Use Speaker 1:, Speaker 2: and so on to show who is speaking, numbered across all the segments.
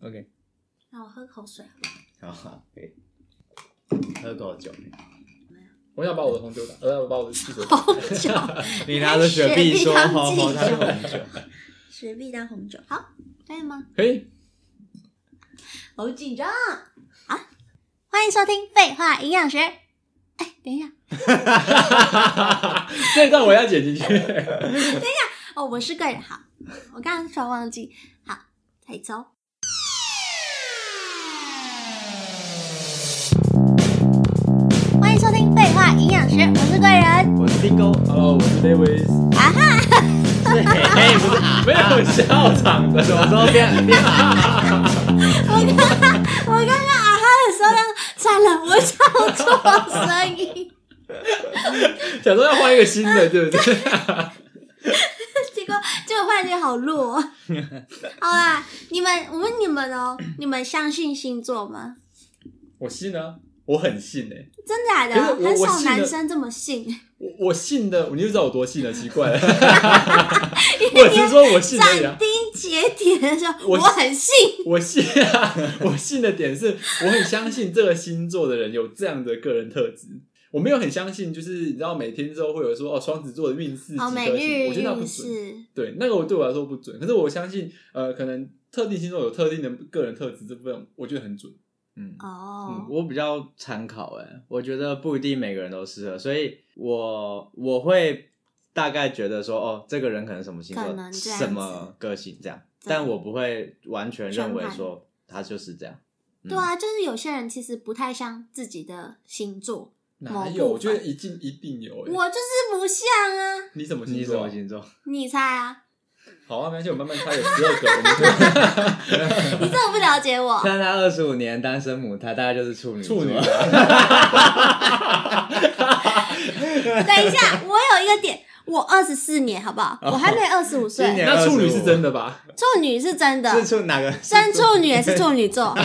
Speaker 1: OK，
Speaker 2: 让我喝口水好不好？
Speaker 1: 好好，可以。喝够酒没？
Speaker 3: 我想把我的红酒打，呃，我把我的汽水打。
Speaker 2: 红酒，
Speaker 1: 你拿着雪碧说
Speaker 2: 雪碧
Speaker 1: 红红，它是
Speaker 2: 当
Speaker 1: 红酒。
Speaker 2: 雪碧当红酒，好，可以吗？
Speaker 3: 可以，
Speaker 2: 好紧张啊！欢迎收听《废话营养学》。哎，等一下，
Speaker 3: 这一段我要剪进去。
Speaker 2: 哦，我是贵人，好，我刚刚突然忘记，好，再走。欢迎收听《废话营养学》，我是贵人。
Speaker 1: 我是 Bingo，
Speaker 3: Hello，我是 Davis。
Speaker 2: 啊
Speaker 1: 嘿嘿，不是啊，
Speaker 3: 没有笑场的，
Speaker 1: 什么时候变变
Speaker 2: 我刚刚 我刚刚啊哈的时候，刚算了，我唱错声音，
Speaker 3: 想说要换一个新的，对不 对？
Speaker 2: 结果结果发现好弱 哦。好啦，你们我问你们哦，你们相信星座吗？
Speaker 3: 我信啊，我很信哎、
Speaker 2: 真假的？
Speaker 3: 可是我
Speaker 2: 很
Speaker 3: 我
Speaker 2: 少
Speaker 3: 信的
Speaker 2: 男生这么信，
Speaker 3: 我我信的，你就知道我多信了，奇怪 了。我只是说我信而已
Speaker 2: 斩
Speaker 3: 啊，
Speaker 2: 钉截铁的说
Speaker 3: 我
Speaker 2: 我很信。
Speaker 3: 我信啊，我信的点是，我很相信这个星座的人有这样的个人特质。我没有很相信，就是你知道，每天之后会有说哦，双子座的运势几
Speaker 2: 哦，
Speaker 3: 颗
Speaker 2: 每
Speaker 3: 星，
Speaker 2: 日
Speaker 3: 我觉得那不
Speaker 2: 运
Speaker 3: 准。
Speaker 2: 势，
Speaker 3: 对，那个我对我来说不准，可是我相信，呃，可能特定星座有特定的个人特质，这部分我觉得很准。嗯，
Speaker 1: 嗯，
Speaker 2: 哦，
Speaker 1: 我比较参考哎、我觉得不一定每个人都适合，所以我我会大概觉得说，哦，这个人可能什么星
Speaker 2: 可
Speaker 1: 座
Speaker 2: 能，这样子
Speaker 1: 什么个性这样，
Speaker 2: 对
Speaker 1: 但我不会完全认为
Speaker 2: 全盘
Speaker 1: 说他就是这样。嗯
Speaker 2: 对，啊，就是有些人其实不太像自己的星座，
Speaker 3: 哪
Speaker 2: 某部
Speaker 3: 有？我觉得
Speaker 2: 分
Speaker 3: 一定一定有、欸。
Speaker 2: 我就是不像啊，
Speaker 3: 你什么星
Speaker 1: 你什
Speaker 3: 座
Speaker 1: 么
Speaker 3: 啊？
Speaker 1: 星座？
Speaker 2: 你猜啊？
Speaker 3: 好啊，没关系，我慢慢猜，有十二个。我们
Speaker 2: 你这么不了解我，
Speaker 1: 但他二十五年单身母胎，大概就是 处女
Speaker 3: 处女
Speaker 1: 座
Speaker 3: 啊，
Speaker 2: 等一下，我有一个点，我二十四年，好不好？我还没二十五
Speaker 1: 哦今
Speaker 2: 岁，
Speaker 1: 年
Speaker 3: 那处女是真的吧？
Speaker 2: 处女是真的，
Speaker 1: 是处哪个？
Speaker 2: 生处女也是处女 座。我为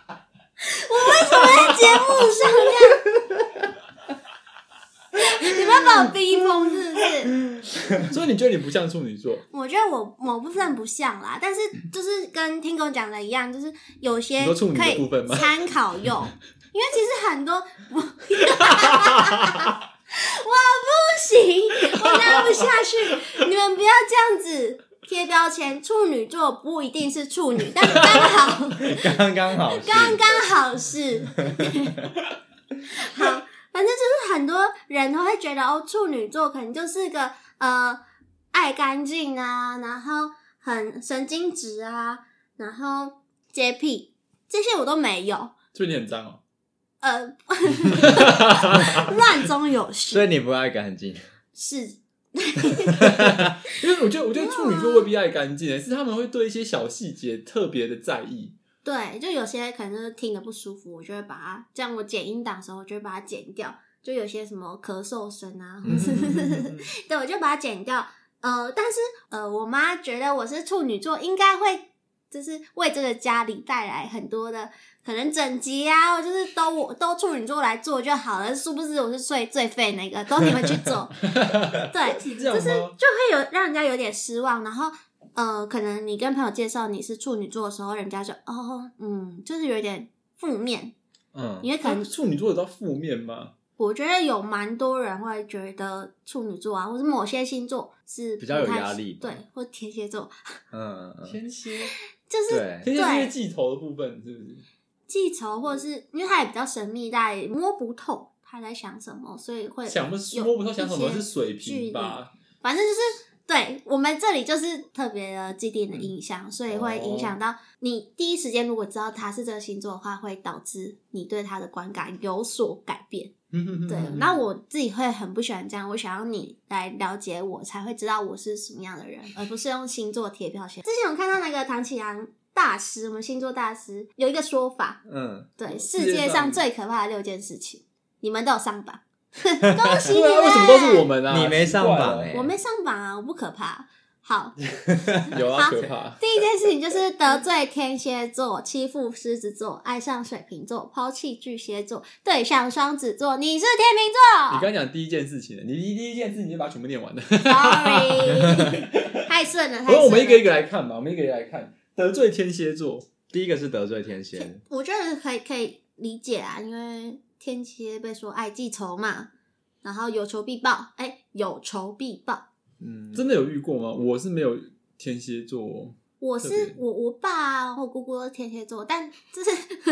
Speaker 2: 什么在节目上这 样？你们把我逼疯是不是？
Speaker 3: 所以你觉得你不像处女座？
Speaker 2: 我觉得我某部分不像啦，但是就是跟听狗讲的一样，就是有些
Speaker 3: 你说处女的
Speaker 2: 可以
Speaker 3: 部分吗
Speaker 2: 参考用，因为其实很多我我不行，我待不下去，你们不要这样子贴标签，处女座不一定是处女，但刚好
Speaker 1: 刚刚好是，
Speaker 2: 刚刚好是，好，反正就是很多人都会觉得哦，处女座可能就是个呃爱干净啊，然后很神经质啊，然后洁癖，这些我都没有，
Speaker 3: 所以你很脏哦。
Speaker 2: 呃， 乱中有
Speaker 1: 所以
Speaker 2: 序
Speaker 1: 你不爱干净，
Speaker 2: 是。
Speaker 3: 因为我觉得，我觉得处女座未必爱干净、欸，是他们会对一些小细节特别的在意。
Speaker 2: 对，就有些可能就是听得不舒服，我就会把它，这样我剪音档的时候，我就会把它剪掉。就有些什么咳嗽声啊，
Speaker 3: 嗯
Speaker 2: 或是对，我就把它剪掉。呃，但是呃，我妈觉得我是处女座，应该会就是为这个家里带来很多的可能整洁啊，或就是都我都处女座来做就好了。殊不知我是最最废那个，都你们去做。对，
Speaker 3: 是这样
Speaker 2: 就是
Speaker 3: 吗？
Speaker 2: 就会有让人家有点失望，然后呃，可能你跟朋友介绍你是处女座的时候，人家就哦，嗯，就是有点负面，
Speaker 1: 嗯，
Speaker 2: 因为可
Speaker 3: 啊
Speaker 2: 能
Speaker 3: 处女座有到负面吗？
Speaker 2: 我觉得有蛮多人会觉得处女座啊，或是某些星座是
Speaker 1: 比较有
Speaker 2: 不太
Speaker 1: 压力吧
Speaker 2: 对，或天蝎座，
Speaker 1: 嗯嗯，嗯
Speaker 3: 天蝎，
Speaker 2: 就是
Speaker 1: 对，
Speaker 3: 天蝎是因为
Speaker 2: 对
Speaker 3: 记仇的部分，是不是？
Speaker 2: 记仇，或者是因为他也比较神秘，大家也摸不透他在想什么，所以会
Speaker 3: 想不
Speaker 2: 有
Speaker 3: 摸不透，想什么
Speaker 2: 一
Speaker 3: 是
Speaker 2: 些
Speaker 3: 水
Speaker 2: 距
Speaker 3: 平
Speaker 2: 离
Speaker 3: 吧？
Speaker 2: 反正就是对我们这里就是特别的既定的印象，所以会影响到你第一时间如果知道他是这个星座的话，会导致你对他的观感有所改变。
Speaker 3: 嗯
Speaker 2: 对， 那我自己会很不喜欢这样，我想要你来了解我，才会知道我是什么样的人，而不是用星座贴标签。之前我看到那个唐启阳大师，我们星座大师有一个说法，
Speaker 1: 嗯，
Speaker 2: 对，
Speaker 3: 世
Speaker 2: 世
Speaker 3: 界
Speaker 2: 界
Speaker 3: 上
Speaker 2: 上最可怕的六件事情，你们都有上榜， 恭喜你
Speaker 3: 对啊，
Speaker 2: 们！
Speaker 3: 为什么都是我们啊？
Speaker 1: 你没上榜
Speaker 3: 哎、
Speaker 1: 哎，
Speaker 2: 我没上榜啊，我不可怕。好，
Speaker 3: 有啊，
Speaker 2: 好
Speaker 3: 可 怕。
Speaker 2: 第一件事情就是得罪天蝎座，欺负狮子座，爱上水瓶座，抛弃巨蟹座，对上双子座。你是
Speaker 3: 你
Speaker 2: 天
Speaker 3: 刚讲第一件事情，你第第一件事情就把它全部念完了。
Speaker 2: 秤座，sorry，太顺了，太
Speaker 3: 不是，
Speaker 2: 顺了。
Speaker 3: 我们一个一个来看吧，我们一个一个来看。得罪天蝎座，
Speaker 1: 第一个是得罪天蝎，
Speaker 2: 我觉得可以可以理解啊，因为天蝎被说爱记仇嘛，然后有仇必报，哎、有仇必报。
Speaker 1: 嗯，
Speaker 3: 真的有遇过吗？我是没有天蝎座哦，
Speaker 2: 我是
Speaker 3: 特别
Speaker 2: 我我爸啊，我姑姑都是天蝎座，但就是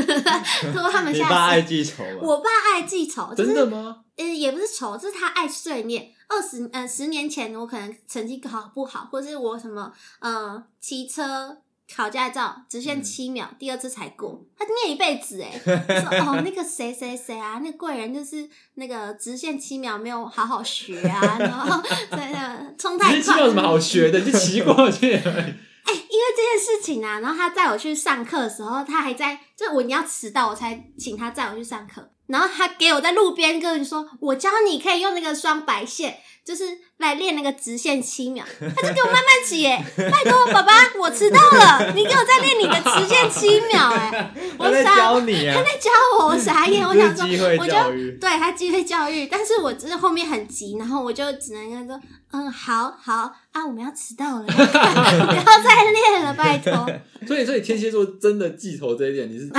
Speaker 3: 嗯
Speaker 2: 拖他们
Speaker 1: 你爸
Speaker 2: 下
Speaker 1: 爱
Speaker 2: 水。
Speaker 1: 记仇吧？
Speaker 2: 我爸爱记仇，就
Speaker 3: 啊真的
Speaker 2: 是
Speaker 3: 吗？
Speaker 2: 呃也不是仇，就是他爱碎念。二十呃十年前我可能成绩考不好，或是我什么呃骑车考驾照只限
Speaker 3: 嗯
Speaker 2: 七秒，第二次才过，他念一辈子哎、欸， 说哦那个谁谁谁啊，那个贵人就是那个直线七秒没有好好学啊， 然后对的冲太
Speaker 3: 你
Speaker 2: 快，
Speaker 3: 是有什么好学的？你就骑 过去而已。
Speaker 2: 哎、因为这件事情啊，然后他载我去上课的时候，他还在，就是我一定要迟到，我才请他载我去上课。然后他给我在路边跟你说，我教你可以用那个双白线，就是来练那个直线七秒。他就给我慢慢骑、耶，拜托爸爸，我迟到了，你给我再练你的直线七秒、哎，
Speaker 1: 他
Speaker 2: 我
Speaker 1: 在
Speaker 2: 傻，
Speaker 1: 教你啊
Speaker 2: 他，在教我，我傻眼， 我想
Speaker 1: 这
Speaker 2: 说
Speaker 1: 是，机会
Speaker 2: 我就
Speaker 1: 教育，
Speaker 2: 对他机会教育， 但是我就是后面很急，然后我就只能跟他说，嗯，好好啊，我们要迟到了， 不要再练了，拜托。
Speaker 3: 所以，所以天蝎座真的记仇这一点，你 是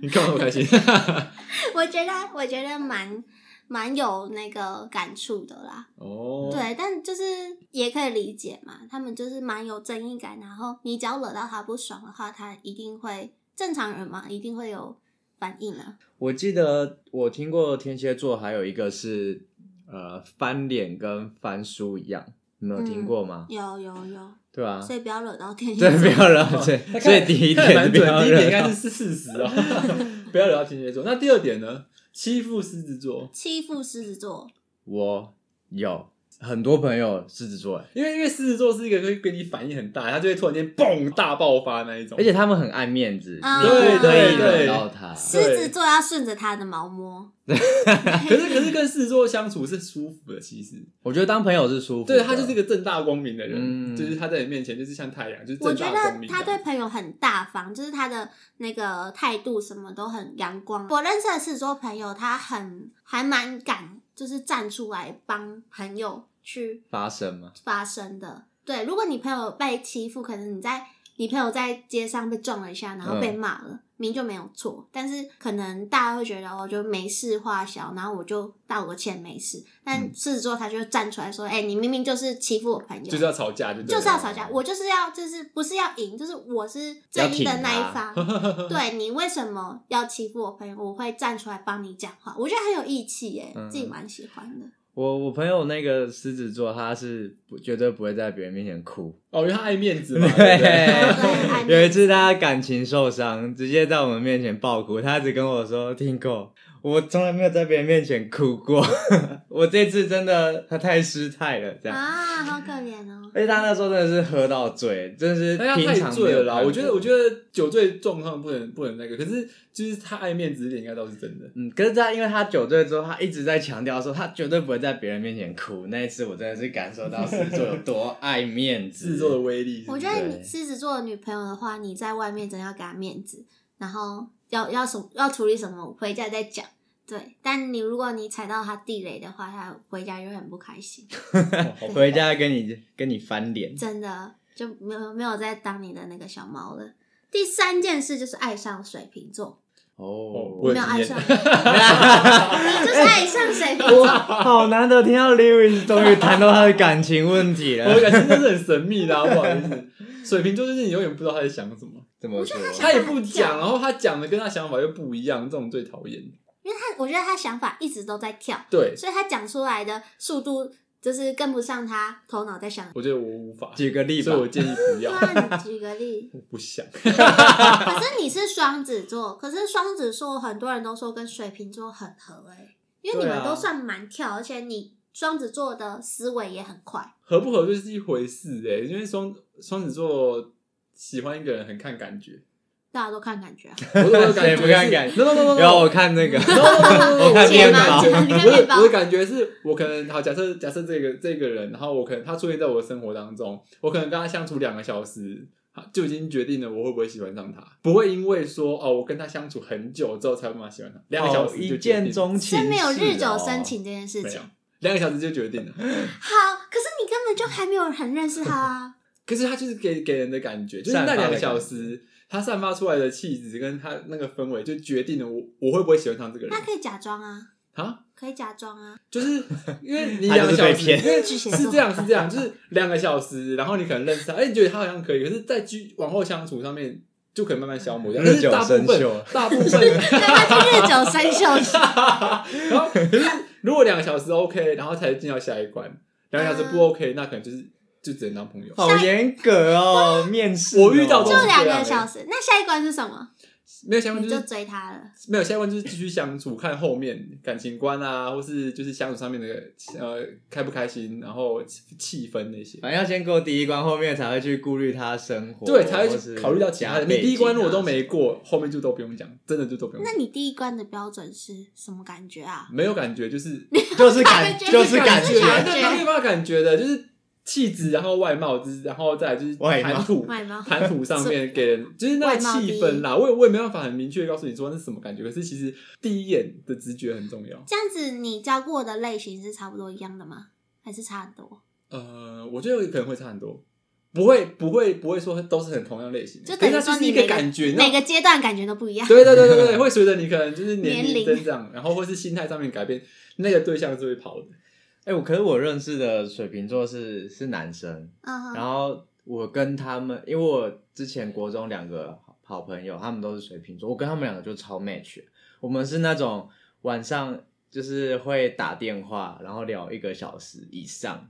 Speaker 3: 你干嘛那么开心？
Speaker 2: 我觉得我觉得蛮蛮有那个感触的啦，
Speaker 3: 哦，
Speaker 2: 对，但就是也可以理解嘛，他们就是蛮有正义感，然后你只要惹到他不爽的话，他一定会正常人嘛，一定会有反应啊。
Speaker 1: 我记得我听过天蝎座还有一个是呃翻脸跟翻书一样，你们有
Speaker 3: 嗯
Speaker 1: 听过吗？
Speaker 2: 有有有，
Speaker 1: 对吧、
Speaker 2: 所以不要惹到天蝎
Speaker 1: 对，
Speaker 2: 座
Speaker 1: 不要惹
Speaker 2: 啊
Speaker 1: 到天，所以第一
Speaker 3: 哦看得蛮
Speaker 1: 点是不
Speaker 3: 准，
Speaker 1: 要
Speaker 3: 第一点
Speaker 1: 惹
Speaker 3: 应该
Speaker 1: 到
Speaker 3: 是是事实哦， 不要惹到天蝎座。那第二点呢？欺负狮子座，
Speaker 2: 欺负狮子座，
Speaker 1: 我有很多朋友狮子座，
Speaker 3: 因为因为狮子座是一个会给你反应很大，他就会突然间嘣大爆发那一种，
Speaker 1: 而且他们很爱面子，
Speaker 2: 啊
Speaker 1: 你不可以
Speaker 2: 对
Speaker 3: 对
Speaker 1: 惹到他。
Speaker 2: 狮子座要顺着他的毛摸，
Speaker 3: 可是可是跟狮子座相处是舒服的， 其实
Speaker 1: 我觉得当朋友是舒服的，
Speaker 3: 对他就是一个正大光明的人，
Speaker 1: 啊嗯
Speaker 3: 就是他在你面前就是像太阳，就是
Speaker 2: 我
Speaker 3: 正
Speaker 2: 觉
Speaker 3: 大光
Speaker 2: 得
Speaker 3: 明这样。
Speaker 2: 他对朋友很大方，就是他的那个态度什么都很阳光。我认识的狮子座朋友，他很还蛮敢，就是站出来帮朋友去
Speaker 1: 发生嘛。
Speaker 2: 发声的。对，如果你朋友被欺负，可能你在你朋友在街上被撞了一下，然后被
Speaker 3: 嗯
Speaker 2: 骂了，明明就没有错，但是可能大家会觉得哦，就没事化小，然后我就道个歉没事。但
Speaker 1: 嗯
Speaker 2: 狮子座他就站出来说，哎、你明明就是欺负我朋友，
Speaker 3: 就是要吵架，就对了
Speaker 2: 就是要吵架，我就是要，就是不是要赢，就是我是正义的那一方。对你为什么要欺负我朋友？我会站出来帮你讲话，我觉得很有义气耶，
Speaker 1: 嗯
Speaker 2: 自己蛮喜欢的。
Speaker 1: 我我朋友那个狮子座，他是不绝对不会在别人面前哭，
Speaker 3: 哦，因为他爱面子嘛，对不对？
Speaker 2: 对
Speaker 1: 有一次他感情受伤，直接在我们面前爆哭。他只跟我说：“听够，我从来没有在别人面前哭过， 我这次真的他太失态了。”这样，
Speaker 2: 啊，好可怜哦。
Speaker 1: 而且他那时候真的是喝到醉，真的是
Speaker 3: 大家
Speaker 1: 平
Speaker 3: 啊太
Speaker 1: 常没
Speaker 3: 醉
Speaker 1: 有
Speaker 3: 了啦，
Speaker 1: 看
Speaker 3: 我觉得
Speaker 1: 过
Speaker 3: 我觉得酒醉状况不能不能那个，可是就是太爱面子一点，应该倒是真的。
Speaker 1: 嗯，可是他因为他酒醉之后，他一直在强调说他绝对不会在别人面前哭。那一次我真的是感受到狮子座有多爱面子，
Speaker 3: 制作的威力是不
Speaker 2: 我
Speaker 3: 是，
Speaker 2: 觉得你
Speaker 1: 对
Speaker 2: 狮子座的女朋友的话，你在外面真的要给她面子，然后要要什要处理什么，回家再讲。对，但你如果你踩到她地雷的话，她回家就会很不开心，
Speaker 3: 哦好
Speaker 1: 回家跟你跟你翻脸。
Speaker 2: 真的就没有没有再当你的那个小猫了。第三件事就是爱上水瓶座，
Speaker 1: 哦，
Speaker 3: 我
Speaker 2: 没有爱上，
Speaker 3: 有
Speaker 2: 就是爱上水瓶座。
Speaker 1: 好难得听到 Lewis 终于谈到他的感情问题
Speaker 3: 我的
Speaker 1: 了。
Speaker 3: 感情真的很神秘啦，不好意思。水瓶座就是你永远不知道他在想什么，
Speaker 1: 怎么说？
Speaker 3: 他也不讲，然后他讲的跟他想法又不一样，这种最讨厌。
Speaker 2: 因为他我觉得他想法一直都在跳，
Speaker 3: 对，
Speaker 2: 所以他讲出来的速度就是跟不上他头脑在想。
Speaker 3: 我觉得我无法，
Speaker 1: 举个例吧
Speaker 3: 所以，我建议不要，
Speaker 2: 那你举个例，
Speaker 3: 我不 想。
Speaker 2: 可是你是双子座，可是双子座很多人都说跟水瓶座很合哎、因为你
Speaker 1: 对
Speaker 2: 们
Speaker 1: 啊
Speaker 2: 都算蛮跳，而且你双子座的思维也很快。
Speaker 3: 合不合欸 就是一回事哎、因为双双子座喜欢一个人很看感觉，
Speaker 2: 大家都看感觉啊。
Speaker 3: 我 我的感
Speaker 1: 谁
Speaker 3: 觉
Speaker 1: 不看感
Speaker 3: 是，no no no no，no
Speaker 1: 然后我看那个
Speaker 3: 我
Speaker 1: 我看面包
Speaker 3: 我的我的感觉是我可能好，假设假设这个这个人，然后我可能他出现在我的生活当中，我可能跟他相处两个小时，就已经决定了我会不会喜欢上他，不会因为说哦，我跟他相处很久之后才有办法喜欢他， 两个小
Speaker 1: 哦
Speaker 3: 时就决定、
Speaker 1: 一见钟情，哦
Speaker 2: 真没有日久生情，这件事
Speaker 3: 没
Speaker 2: 情
Speaker 3: 有。，两个小时就决定了。
Speaker 2: 好，可是你根本就还没有很认识他啊。
Speaker 3: 可是他就是给给人的感觉，就是
Speaker 1: 散发
Speaker 3: 那
Speaker 1: 的
Speaker 3: 两个小时，他散发出来的气质跟他那个氛围，就决定了我我会不会喜欢上这个人
Speaker 2: 那可以假装啊，
Speaker 3: 啊。
Speaker 2: 可以假装啊。
Speaker 3: 就是因为你
Speaker 1: 他
Speaker 3: 两个
Speaker 1: 就是
Speaker 3: 小
Speaker 1: 被
Speaker 3: 时，
Speaker 1: 骗
Speaker 3: 因为
Speaker 2: 巨蟹
Speaker 3: 是
Speaker 2: 座
Speaker 3: 这样是这样，就是两个小时，然后你可能认识他，哎，你觉得他好像可以，可是在居往后相处上面就可能慢慢消磨掉，但
Speaker 1: 日
Speaker 3: 是
Speaker 1: 久
Speaker 3: 大部
Speaker 1: 嗯生
Speaker 3: 分
Speaker 1: 锈。
Speaker 3: 大部分，
Speaker 2: 对，他就日久生锈。
Speaker 3: 然后可是如果两个小时 OK，然后才进到下一关，两个小时不 OK，那可能就是就只能当朋友。
Speaker 1: 好严格哦，面试
Speaker 3: 我遇到这
Speaker 2: 就
Speaker 3: 种
Speaker 2: 两个小时，那下一关是什么？
Speaker 3: 没有相关
Speaker 2: 你
Speaker 3: 就
Speaker 2: 就是追他了。
Speaker 3: 没有相关就是继续相处，看后面感情观啊，或是就是相处上面的呃开不开心，然后气气氛那些。
Speaker 1: 反正要先过第一关，后面才会去顾虑他生活，
Speaker 3: 对，才
Speaker 1: 或
Speaker 3: 会
Speaker 1: 是
Speaker 3: 考虑到其他的。
Speaker 1: 家
Speaker 3: 你
Speaker 1: 背
Speaker 3: 第一关如
Speaker 1: 景啊
Speaker 3: 果都
Speaker 1: 什
Speaker 3: 没
Speaker 1: 么的，
Speaker 3: 过，后面就都不用讲，真的就都不用
Speaker 2: 那
Speaker 3: 讲。
Speaker 2: 你第一关的标准是什么感觉啊？
Speaker 3: 没有感觉，就是
Speaker 1: 就 是感
Speaker 2: 感觉
Speaker 1: 就是
Speaker 2: 感
Speaker 1: 觉
Speaker 2: 觉，
Speaker 3: 那那没有办法感觉的，就是气质，然后外貌，就是然后再来就是
Speaker 1: 外貌
Speaker 3: 谈吐，
Speaker 2: 外貌
Speaker 3: 谈吐上面给人就是那个
Speaker 2: 外貌第
Speaker 3: 气
Speaker 2: 一
Speaker 3: 氛啦。我也我也没办法很明确地告诉你说那是什么感觉，可是其实第一眼的直觉很重要。
Speaker 2: 这样子，你教过的类型是差不多一样的吗？还是差很多？
Speaker 3: 呃，我觉得可能会差很多。不会，不会，不会说都是很同样类型的，
Speaker 2: 就
Speaker 3: 可
Speaker 2: 等
Speaker 3: 是
Speaker 2: 于
Speaker 3: 它
Speaker 2: 说
Speaker 3: 就是一
Speaker 2: 你
Speaker 3: 个
Speaker 2: 每个
Speaker 3: 感觉，那
Speaker 2: 每个阶段感觉都不一 样。
Speaker 3: 对对对对对，会随着你可能就是年
Speaker 2: 年
Speaker 3: 龄
Speaker 2: 龄
Speaker 3: 增长，然后或是心态上面改变，那个对象是会跑的。
Speaker 1: 哎、我可是我认识的水瓶座是是男生，
Speaker 2: 嗯
Speaker 1: 然
Speaker 2: 哼，
Speaker 1: 后我跟他们，因为我之前国中两个好好朋友，他们都是水瓶座，我跟他们两个就超 match。我们是那种晚上就是会打电话，然后聊一个小时以上，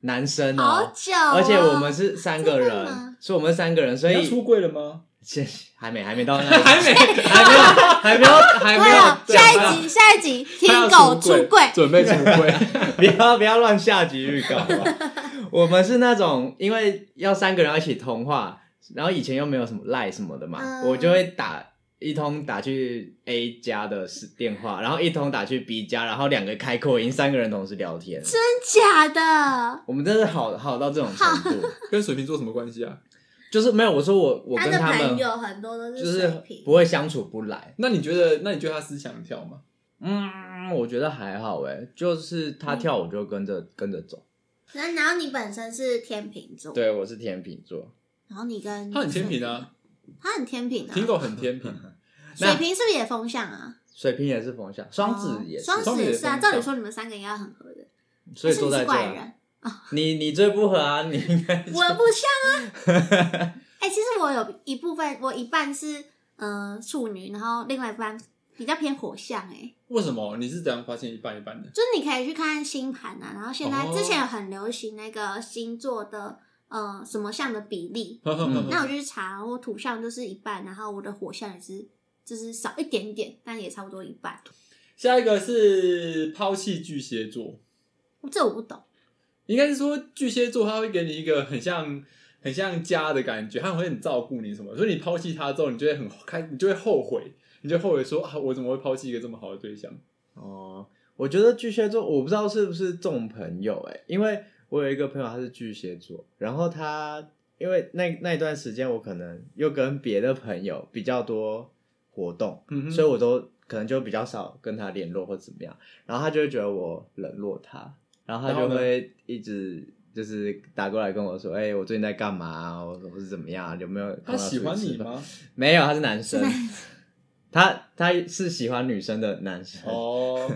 Speaker 1: 男生
Speaker 2: 好
Speaker 1: 哦，
Speaker 2: 久哦。
Speaker 1: 而且我们是三个
Speaker 2: 真的吗
Speaker 1: 人，是我们三个人，所
Speaker 3: 你要
Speaker 1: 以
Speaker 3: 出柜了吗？
Speaker 1: 现还没还没到那里，
Speaker 3: 还没，
Speaker 1: 还没有还没有 还没
Speaker 2: 对
Speaker 1: 有
Speaker 2: 啊，
Speaker 1: 对
Speaker 2: 下一集下一集，听
Speaker 3: 他
Speaker 2: 狗
Speaker 3: 要
Speaker 2: 出柜，
Speaker 3: 准备出柜。
Speaker 1: 不要不要乱下集预 告吧。我们是那种，因为要三个人要一起通话，然后以前又没有什么赖什么的嘛，
Speaker 2: 嗯
Speaker 1: 我就会打一通打去 A 家的是电话，然后一通打去 B 家，然后两个开扩音，三个人同时聊天。
Speaker 2: 真假的？
Speaker 1: 我们真的好好到这种程度，
Speaker 3: 跟水瓶座什么关系啊？
Speaker 1: 就是没有我说我我跟
Speaker 2: 的
Speaker 1: 他
Speaker 2: 朋
Speaker 1: 们
Speaker 2: 友很多都
Speaker 1: 就是是
Speaker 2: 水瓶，
Speaker 1: 不会相处不来。
Speaker 3: 那你觉得？那你觉得他思想跳吗？
Speaker 1: 嗯，我觉得还好哎、就是他跳我就跟着、
Speaker 2: 嗯
Speaker 1: 跟着走。
Speaker 2: 然后然后你本身是天秤座，
Speaker 1: 对，我是天秤座，
Speaker 2: 然后你跟
Speaker 3: 他很天平 啊，
Speaker 2: 他很天平啊，
Speaker 3: 听狗很天平，
Speaker 1: 那
Speaker 2: 水瓶是不是也风向啊？
Speaker 1: 水瓶也是风象，双子
Speaker 2: 哦
Speaker 1: 也是，
Speaker 2: 双
Speaker 3: 双
Speaker 2: 子
Speaker 3: 子也
Speaker 2: 也
Speaker 3: 是
Speaker 2: 是啊。
Speaker 3: 风向
Speaker 2: 照理说你们三个应该很合的，
Speaker 1: 所
Speaker 2: 但
Speaker 1: 以
Speaker 2: 是
Speaker 1: 坐
Speaker 2: 你
Speaker 1: 在
Speaker 2: 是
Speaker 1: 这
Speaker 2: 怪
Speaker 1: 啊。
Speaker 2: 人，
Speaker 1: 你你最不合啊，你应该
Speaker 2: 我不像 啊。哎，其实我有一部分，我一半是呃处女，然后另外一半比较偏火象。哎，
Speaker 3: 为什么？你是怎样发现一半一半的？
Speaker 2: 就是你可以去看星盘啊，然后现在
Speaker 3: 哦
Speaker 2: 之前有很流行那个星座的呃什么象的比例，
Speaker 1: 嗯
Speaker 2: 那我就去查，我土象就是一半，然后我的火象也是就是少一点点，但也差不多一半。
Speaker 3: 下一个是抛弃巨蟹座，
Speaker 2: 这我不懂，
Speaker 3: 应该是说巨蟹座他会给你一个很像。很像家的感觉，他会很照顾你什么，所以你抛弃他之后，你就会很开，你就会后悔，你就会后悔说啊，我怎么会抛弃一个这么好的对象？
Speaker 1: 哦。我觉得巨蟹座，我不知道是不是重朋友哎、因为我有一个朋友他是巨蟹座，然后他因为那那一段时间我可能又跟别的朋友比较多活动，
Speaker 3: 嗯哼
Speaker 1: 所以我都可能就比较少跟他联络或怎么样，然后他就会觉得我冷落他，然后他
Speaker 3: 然
Speaker 1: 就
Speaker 3: 后呢
Speaker 1: 会一直。就是打过来跟我说，哎、我最近在干嘛、啊？我我是怎么样啊、有没有？
Speaker 3: 他喜欢你？ 吗？
Speaker 1: 没有，他是男生，他他是喜欢女生的男生。
Speaker 3: 哦，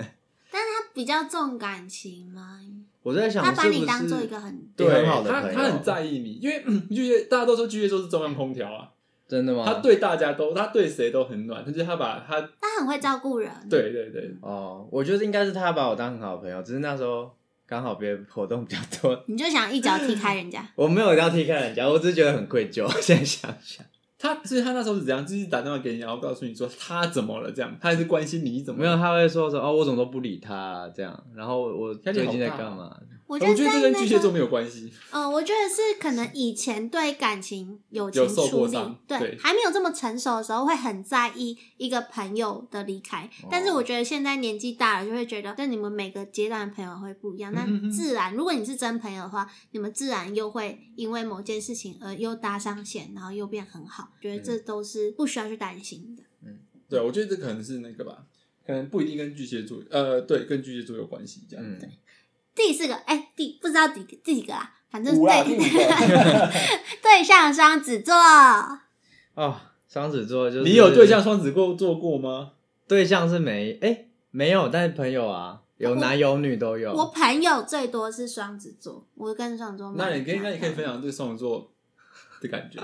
Speaker 2: 他比较重感情吗？
Speaker 1: 我在想，
Speaker 2: 他把
Speaker 1: 是不
Speaker 2: 你
Speaker 1: 是
Speaker 2: 当做一个很
Speaker 1: 对很好的
Speaker 3: 他
Speaker 1: 朋友
Speaker 3: 他很在意你，因为 嗯巨蟹大家都说巨蟹座是中央空调啊，
Speaker 1: 真的吗？
Speaker 3: 他对大家都，他对谁都很暖，就是他把他
Speaker 2: 他很会照顾人，，
Speaker 3: 对对对，
Speaker 1: 哦，我觉得应该是他把我当很好的朋友，只是那时候刚好别人活动比较多， 。
Speaker 2: 你就想一脚踢开人家
Speaker 3: 嗯
Speaker 1: 我没有要踢开人家，我只是觉得很愧疚。 现在想想，
Speaker 3: 他就是他那时候是怎样，就是打电话给你，然后告诉你说他怎么了，这样，他还是关心你怎么
Speaker 1: 没
Speaker 3: 了
Speaker 1: 有，他会说说哦，我怎么都不理他、这样，然后我
Speaker 3: 压力好啊
Speaker 1: 最近在
Speaker 3: 大
Speaker 1: 干嘛？
Speaker 2: 我
Speaker 3: 我
Speaker 2: 觉得
Speaker 3: 觉
Speaker 2: 在
Speaker 3: 得这跟巨蟹
Speaker 2: 那
Speaker 3: 座没
Speaker 2: 个，
Speaker 3: 有关系。
Speaker 2: 呃，我觉得是可能以前对感情友情
Speaker 3: 有受
Speaker 2: 处
Speaker 3: 过
Speaker 2: 理
Speaker 3: 伤，对
Speaker 2: 还没有这么成熟的时候，会很在意一个朋友的离开。
Speaker 3: 哦
Speaker 2: 但是我觉得现在年纪大了，就会觉得，但你们每个阶段的朋友会不一样，那
Speaker 3: 嗯嗯嗯
Speaker 2: 自然，如果你是真朋友的话，你们自然又会因为某件事情而又搭上线，然后又变很好。觉得这都是不需要去担心的。
Speaker 3: 对，啊我觉得这可能是那个吧，可能不一定跟巨蟹座，呃，对，跟巨蟹座有关系。这样，
Speaker 1: 嗯，
Speaker 2: 第四个，哎、第不知道第第几个啦，反正
Speaker 4: 五啊，第
Speaker 2: 对
Speaker 4: 五个，
Speaker 2: 对象双子座，
Speaker 1: 哦，双子座就是
Speaker 3: 你有对象双子座做过吗？
Speaker 1: 对象是没哎、没有，但是朋友啊，有男有女都有。
Speaker 2: 我朋友最多是双子座，我跟双子座蛮
Speaker 3: 那
Speaker 2: 搭的。
Speaker 3: 你可以，那你可以分享对双子座的感 觉。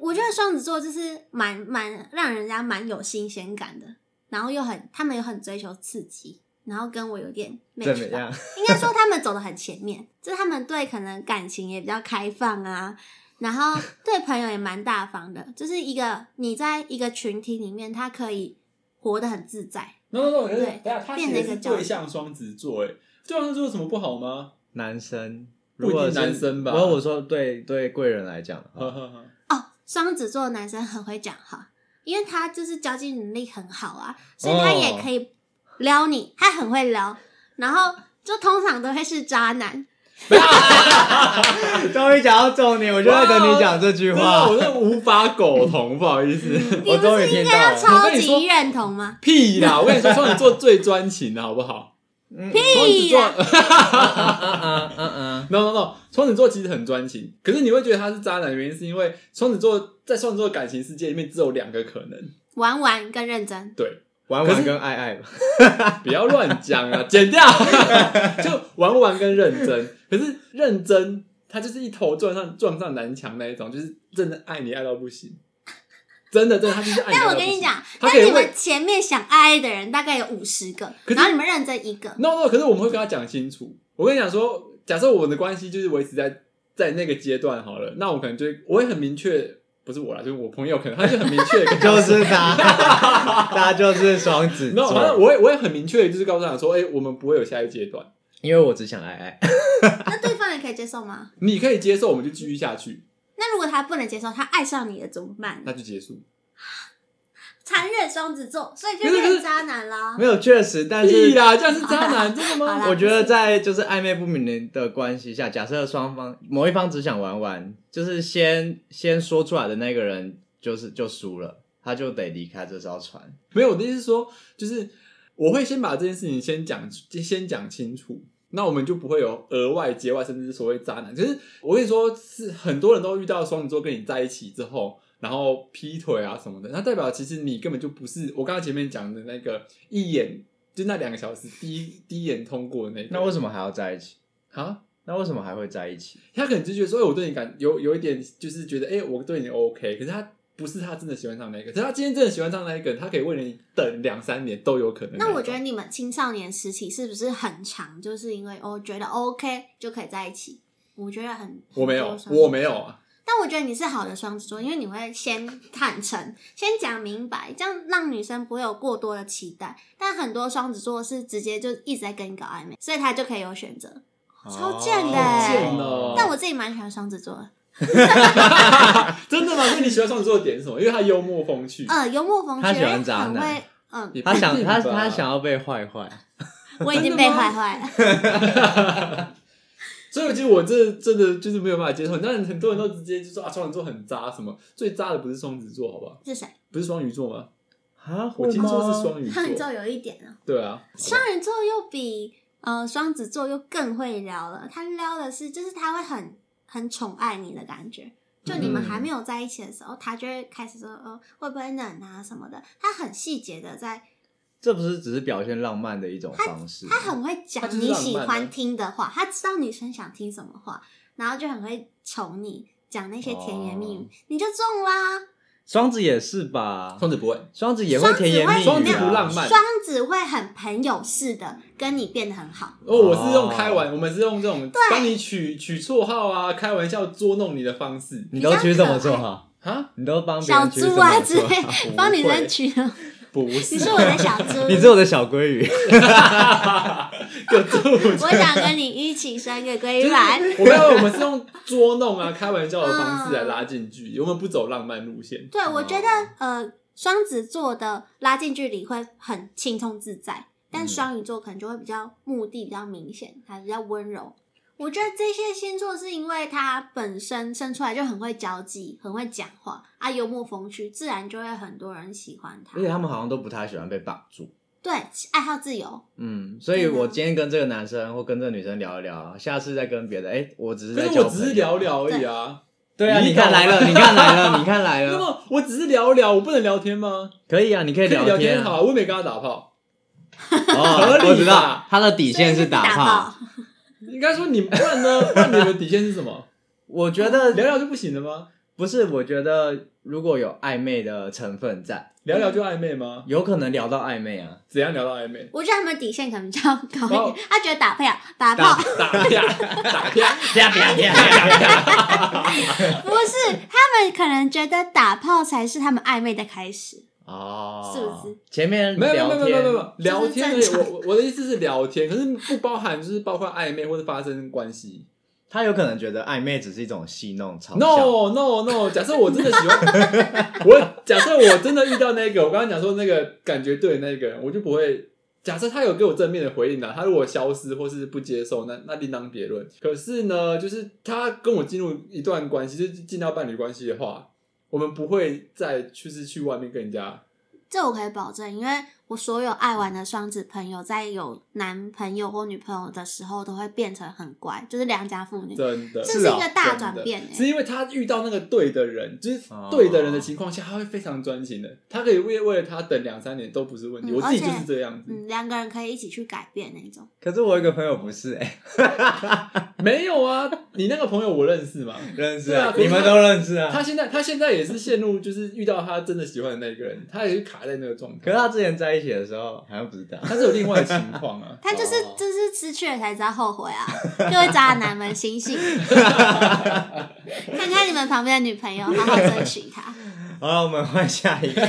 Speaker 2: 我觉得双子座就是蛮蛮让人家蛮有新鲜感的，然后又很他们又很追求刺激，然后跟我有点
Speaker 1: 怎么
Speaker 2: match 到。
Speaker 1: 样？
Speaker 2: 应该说他们走的很前面，就是他们对可能感情也比较开放啊，然后对朋友也蛮大方的，就是一个你在一个群体里面，他可以活得很自在。
Speaker 3: no no no，可是
Speaker 2: 对
Speaker 3: 等一下他
Speaker 2: 变
Speaker 3: 写
Speaker 2: 成
Speaker 3: 的
Speaker 2: 一个
Speaker 3: 是
Speaker 2: 角色
Speaker 3: 对象双子座，哎，对象双子座有什么不好吗？
Speaker 1: 男生，
Speaker 3: 不一定
Speaker 1: 如果是
Speaker 3: 男生吧
Speaker 1: 如果我说对对贵人来讲的
Speaker 3: 呵
Speaker 1: 话，
Speaker 3: 呵呵，
Speaker 2: 哦，双子座的男生很会讲话，因为他就是交际能力很好啊，所以他也可以撩你，他很会撩，然后就通常都会是渣男。
Speaker 1: 终于讲到重点，我就在等你讲这句
Speaker 3: 对
Speaker 1: 话
Speaker 3: 啊，。 我是无法苟同，不好意思。
Speaker 1: 我终于听到
Speaker 2: 要
Speaker 1: 了。
Speaker 2: 超
Speaker 3: 我跟你说
Speaker 2: 级认同吗？
Speaker 3: 屁啦！我跟你说，双子座最专情的好不好？
Speaker 1: 嗯
Speaker 3: 双子座
Speaker 2: 屁啦
Speaker 3: 啊
Speaker 1: 嗯嗯嗯嗯，
Speaker 3: ，no no no，双子座其实很专情，可是你会觉得他是渣男，原因是因为双子座在双子座的感情世界里面只有两个可能，
Speaker 2: 玩玩跟认真，
Speaker 3: 对，
Speaker 1: 玩
Speaker 3: 可
Speaker 1: 玩
Speaker 3: 是
Speaker 1: 跟爱爱吧。
Speaker 3: 不要乱讲啊，剪掉，就玩玩跟认真。可是认真，他就是一头撞上撞上南墙那一种，就是真的爱你爱到不行，真的真的，他就是爱你爱
Speaker 2: 但
Speaker 3: 到
Speaker 2: 我
Speaker 3: 不行。
Speaker 2: 跟你讲，
Speaker 3: 他
Speaker 2: 但
Speaker 3: 可以
Speaker 2: 你
Speaker 3: 为
Speaker 2: 们前面想爱爱的人大概有五十个，
Speaker 3: 可是
Speaker 2: 然后你们认真一个，
Speaker 3: no no，可是我们会跟他讲清楚。我跟你讲说，假设我们的关系就是维持在在那个阶段好了，那我可能就会我会很明确，不是我啦，就是我朋友，可能他就很明确地跟他
Speaker 1: 就
Speaker 3: 说
Speaker 1: 是他，他就是双子
Speaker 3: 没有，反正
Speaker 1: 座，
Speaker 3: 我也我也很明确，就是告诉他说，哎、我们不会有下一阶段，
Speaker 1: 因为我只想爱爱。
Speaker 2: 那对方也可以接受吗？
Speaker 3: 你可以接受，我们就继续下去，
Speaker 2: 那如果他不能接受，他爱上你了怎么办
Speaker 3: 那？就结束。
Speaker 2: 残忍双子座，所以就
Speaker 3: 可是
Speaker 2: 变
Speaker 3: 可
Speaker 2: 成
Speaker 3: 是
Speaker 2: 渣男啦
Speaker 1: 没。有，确实，但
Speaker 3: 屁
Speaker 1: 是
Speaker 3: 啦，这样是渣 男，真的
Speaker 2: 好啦
Speaker 3: 吗？
Speaker 1: 我觉得在就是暧昧不明的关系下，假设双方某一方只想玩玩，就是先先说出来的那个人就是就输了，他就得离开这艘船。
Speaker 3: 没有，我的意思是说，就是我会先把这件事情先讲先讲清楚，那我们就不会有额外接外，甚至是所谓渣男。就是我跟你说，是很多人都遇到双子座跟你在一起之后，然后劈腿啊什么的，那代表其实你根本就不是我刚刚前面讲的那个一眼就那两个小时第一第一眼通过的那个。
Speaker 1: 那为什么还要在一起？
Speaker 3: 啊？
Speaker 1: 那为什么还会在一起？
Speaker 3: 他可能就觉得说，哎、我对你感有有一点，就是觉得，哎、我对你 OK，可是他不是他真的喜欢上那一个，可是他今天真的喜欢上那一个人，他可以为你等两三年都有可能一种。
Speaker 2: 那我觉得你们青少年时期是不是很长？就是因为哦，觉得 OK 就可以在一起。我觉得很，
Speaker 3: 我没
Speaker 2: 很
Speaker 3: 有
Speaker 2: 多，双子
Speaker 3: 我没有啊，
Speaker 2: 但我觉得你是好的双子座，因为你会先坦诚，先讲明白，这样让女生不会有过多的期待。但很多双子座是直接就一直在跟你搞暧昧，所以他就可以有选择。超贱的欸
Speaker 3: 好贱哦
Speaker 2: 但我自己蛮喜欢双子座的，
Speaker 3: 真 的吗？所以你喜欢双子座的点是什么？因为他幽默风趣，
Speaker 2: 呃，幽默风趣，
Speaker 1: 他喜欢渣
Speaker 2: 很
Speaker 1: 男
Speaker 2: 会， 嗯，
Speaker 3: 也不
Speaker 1: 他想
Speaker 3: 一定
Speaker 1: 他
Speaker 3: 吧
Speaker 1: 他想，要被坏坏，
Speaker 2: 我已经
Speaker 3: 真的
Speaker 2: 被
Speaker 3: 吗
Speaker 2: 坏坏了。
Speaker 3: 所以其实我这真的就是没有办法接受。但很多人都直接就说啊，双子座很渣什么，最渣的不是双子座，好不好？
Speaker 2: 是谁？
Speaker 3: 不是双鱼座吗？
Speaker 1: 啊，
Speaker 3: 我听说是
Speaker 1: 说
Speaker 3: 双鱼
Speaker 2: 双鱼座
Speaker 3: 座，
Speaker 2: 有一点啊，
Speaker 3: 对啊，
Speaker 2: 双鱼座又比呃双子座又更会撩了。他撩的是，就是他会很很宠爱你的感觉。就你们
Speaker 1: 嗯
Speaker 2: 还没有在一起的时候，他就会开始说，呃，会不会冷啊什么的。他很细节的在，
Speaker 1: 这不是只是表现浪漫的一种方式吗？
Speaker 2: 他很会讲
Speaker 3: 他就是
Speaker 2: 你
Speaker 3: 浪漫啊
Speaker 2: 喜欢听的话，他知道女生想听什么话，然后就很会宠你，讲那些甜言蜜语，
Speaker 1: 哦
Speaker 2: 你就中啦。
Speaker 1: 双子也是吧？
Speaker 3: 双子不会，
Speaker 1: 双子也会甜言蜜语、啊，
Speaker 3: 双子
Speaker 2: 会
Speaker 3: 不浪漫
Speaker 2: 双子会很朋友似的跟你变得很好。
Speaker 3: 哦，我是用开玩，我们是用这种帮你取取绰号啊，开玩笑捉弄你的方式
Speaker 1: 你都去这么做哈、
Speaker 3: 啊。
Speaker 1: 你都帮别
Speaker 2: 小
Speaker 1: 人取这
Speaker 2: 猪
Speaker 1: 么
Speaker 2: 啊
Speaker 1: 做
Speaker 2: 之类，帮女生取的。
Speaker 3: 不是
Speaker 2: 你是我的小猪，
Speaker 1: 你是我的小 鲑鱼，
Speaker 3: 有这
Speaker 2: 我想跟你一起生个龟 卵。
Speaker 3: 我没有，我们是用捉弄啊、开玩笑的方式来拉近距离，我们不走浪漫路线。
Speaker 2: 对，我觉得呃，双子座的拉近距离会很轻松自在，但
Speaker 1: 嗯
Speaker 2: 双鱼座可能就会比较目的比较明显，还比较温柔。我觉得这些星座是因为他本身生出来就很会交际，很会讲话啊，幽默风趣，自然就会很多人喜欢他
Speaker 1: 而。且他们好像都不太喜欢被绑住。
Speaker 2: 对，爱好自由，
Speaker 1: 嗯，所以
Speaker 2: 啊
Speaker 1: 我今天跟这个男生或跟这个女生聊一聊，下次再跟别的，哎、我只是
Speaker 3: 可
Speaker 1: 在
Speaker 3: 是
Speaker 1: 交
Speaker 3: 我只是
Speaker 1: 朋友
Speaker 3: 聊，聊而已啊，
Speaker 1: 对啊，
Speaker 3: 你
Speaker 1: 你看来了，你看来了，你看来
Speaker 3: 那
Speaker 1: 了，
Speaker 3: 么我只是聊聊，我不能聊天吗？
Speaker 1: 可以啊，你可
Speaker 3: 可
Speaker 1: 以
Speaker 3: 以聊
Speaker 1: 天
Speaker 3: 好
Speaker 1: 啊，
Speaker 3: 啊，我也没跟他打炮。合
Speaker 1: 哦
Speaker 3: 理，吧
Speaker 1: 我知道他的底线是
Speaker 2: 所以打
Speaker 1: 炮，
Speaker 2: 炮。
Speaker 3: 应该说你不然呢？ 不然你们底线是什么？
Speaker 1: 我觉得
Speaker 3: 聊聊就不行了吗？
Speaker 1: 不是，我觉得如果有暧昧的成分在，
Speaker 3: 聊聊就暧昧吗？
Speaker 1: 有可能聊到暧昧啊，
Speaker 3: 怎样聊到暧昧？
Speaker 2: 我觉得他们底线可能比较高一
Speaker 3: 哦
Speaker 2: 点， 他觉得打炮打
Speaker 1: 打
Speaker 2: 炮
Speaker 3: 打啪 打啪，
Speaker 1: 啪啪啪啪啪，
Speaker 2: 不是他们可能觉得打炮才是他们暧昧的开始。
Speaker 1: 哦，
Speaker 2: 是不是？
Speaker 1: 前面
Speaker 3: 没有没有
Speaker 1: 聊
Speaker 3: 没有
Speaker 1: 天
Speaker 3: 没有没有没有聊天而已。
Speaker 2: 这是正
Speaker 3: 我我我的意思是聊天，可是不包含就是包括暧昧或者发生关系。
Speaker 1: 他有可能觉得暧昧只是一种戏弄嘲笑，
Speaker 3: No no no！假设我真的喜欢， 我假设我真的遇到那个，我刚刚讲说那个感觉对的那个人，我就不会。假设他有给我正面的回应啊，他如果消失或是不接受，那那另当别论。可是呢，就是他跟我进入一段关系，就是进到伴侣关系的话，我们不会再去是去外面跟人家。
Speaker 2: 这我可以保证，因为我所有爱玩的双子朋友，在有男朋友或女朋友的时候，都会变成很乖，就是良家妇女。
Speaker 3: 真的，
Speaker 2: 这
Speaker 1: 是
Speaker 2: 是一
Speaker 1: 啊
Speaker 2: 个大
Speaker 3: 真的
Speaker 2: 转变欸诶、
Speaker 3: 是因为他遇到那个对的人，就是
Speaker 1: 哦
Speaker 3: 对的人的情况下，他会非常专情的，他可以为为了他等两三年都不是问题。
Speaker 2: 嗯
Speaker 3: 我自己
Speaker 2: 而
Speaker 3: 就
Speaker 2: 且
Speaker 3: 是这样子，
Speaker 2: 嗯，两个人可以一起去改变那种。，
Speaker 1: 可是我有一个朋友不是 哎、
Speaker 3: 没有啊，你那个朋友我认识嘛？
Speaker 1: 认识
Speaker 3: 对啊可是
Speaker 1: 你们都认识啊，
Speaker 3: 他现在他现在也是陷入，就是遇到他真的喜欢的那个人，他也是卡在那个状
Speaker 1: 可
Speaker 3: 态。
Speaker 1: 是他之前在一起的时候好像不知道，
Speaker 3: 他是有另外的情况啊
Speaker 2: 他就是
Speaker 1: 哦
Speaker 2: 就是失去了才知道后悔啊，各位渣男们醒 醒，看看你们旁边的女朋友，好好珍惜她。
Speaker 1: 好了，我们换下一个，
Speaker 2: 下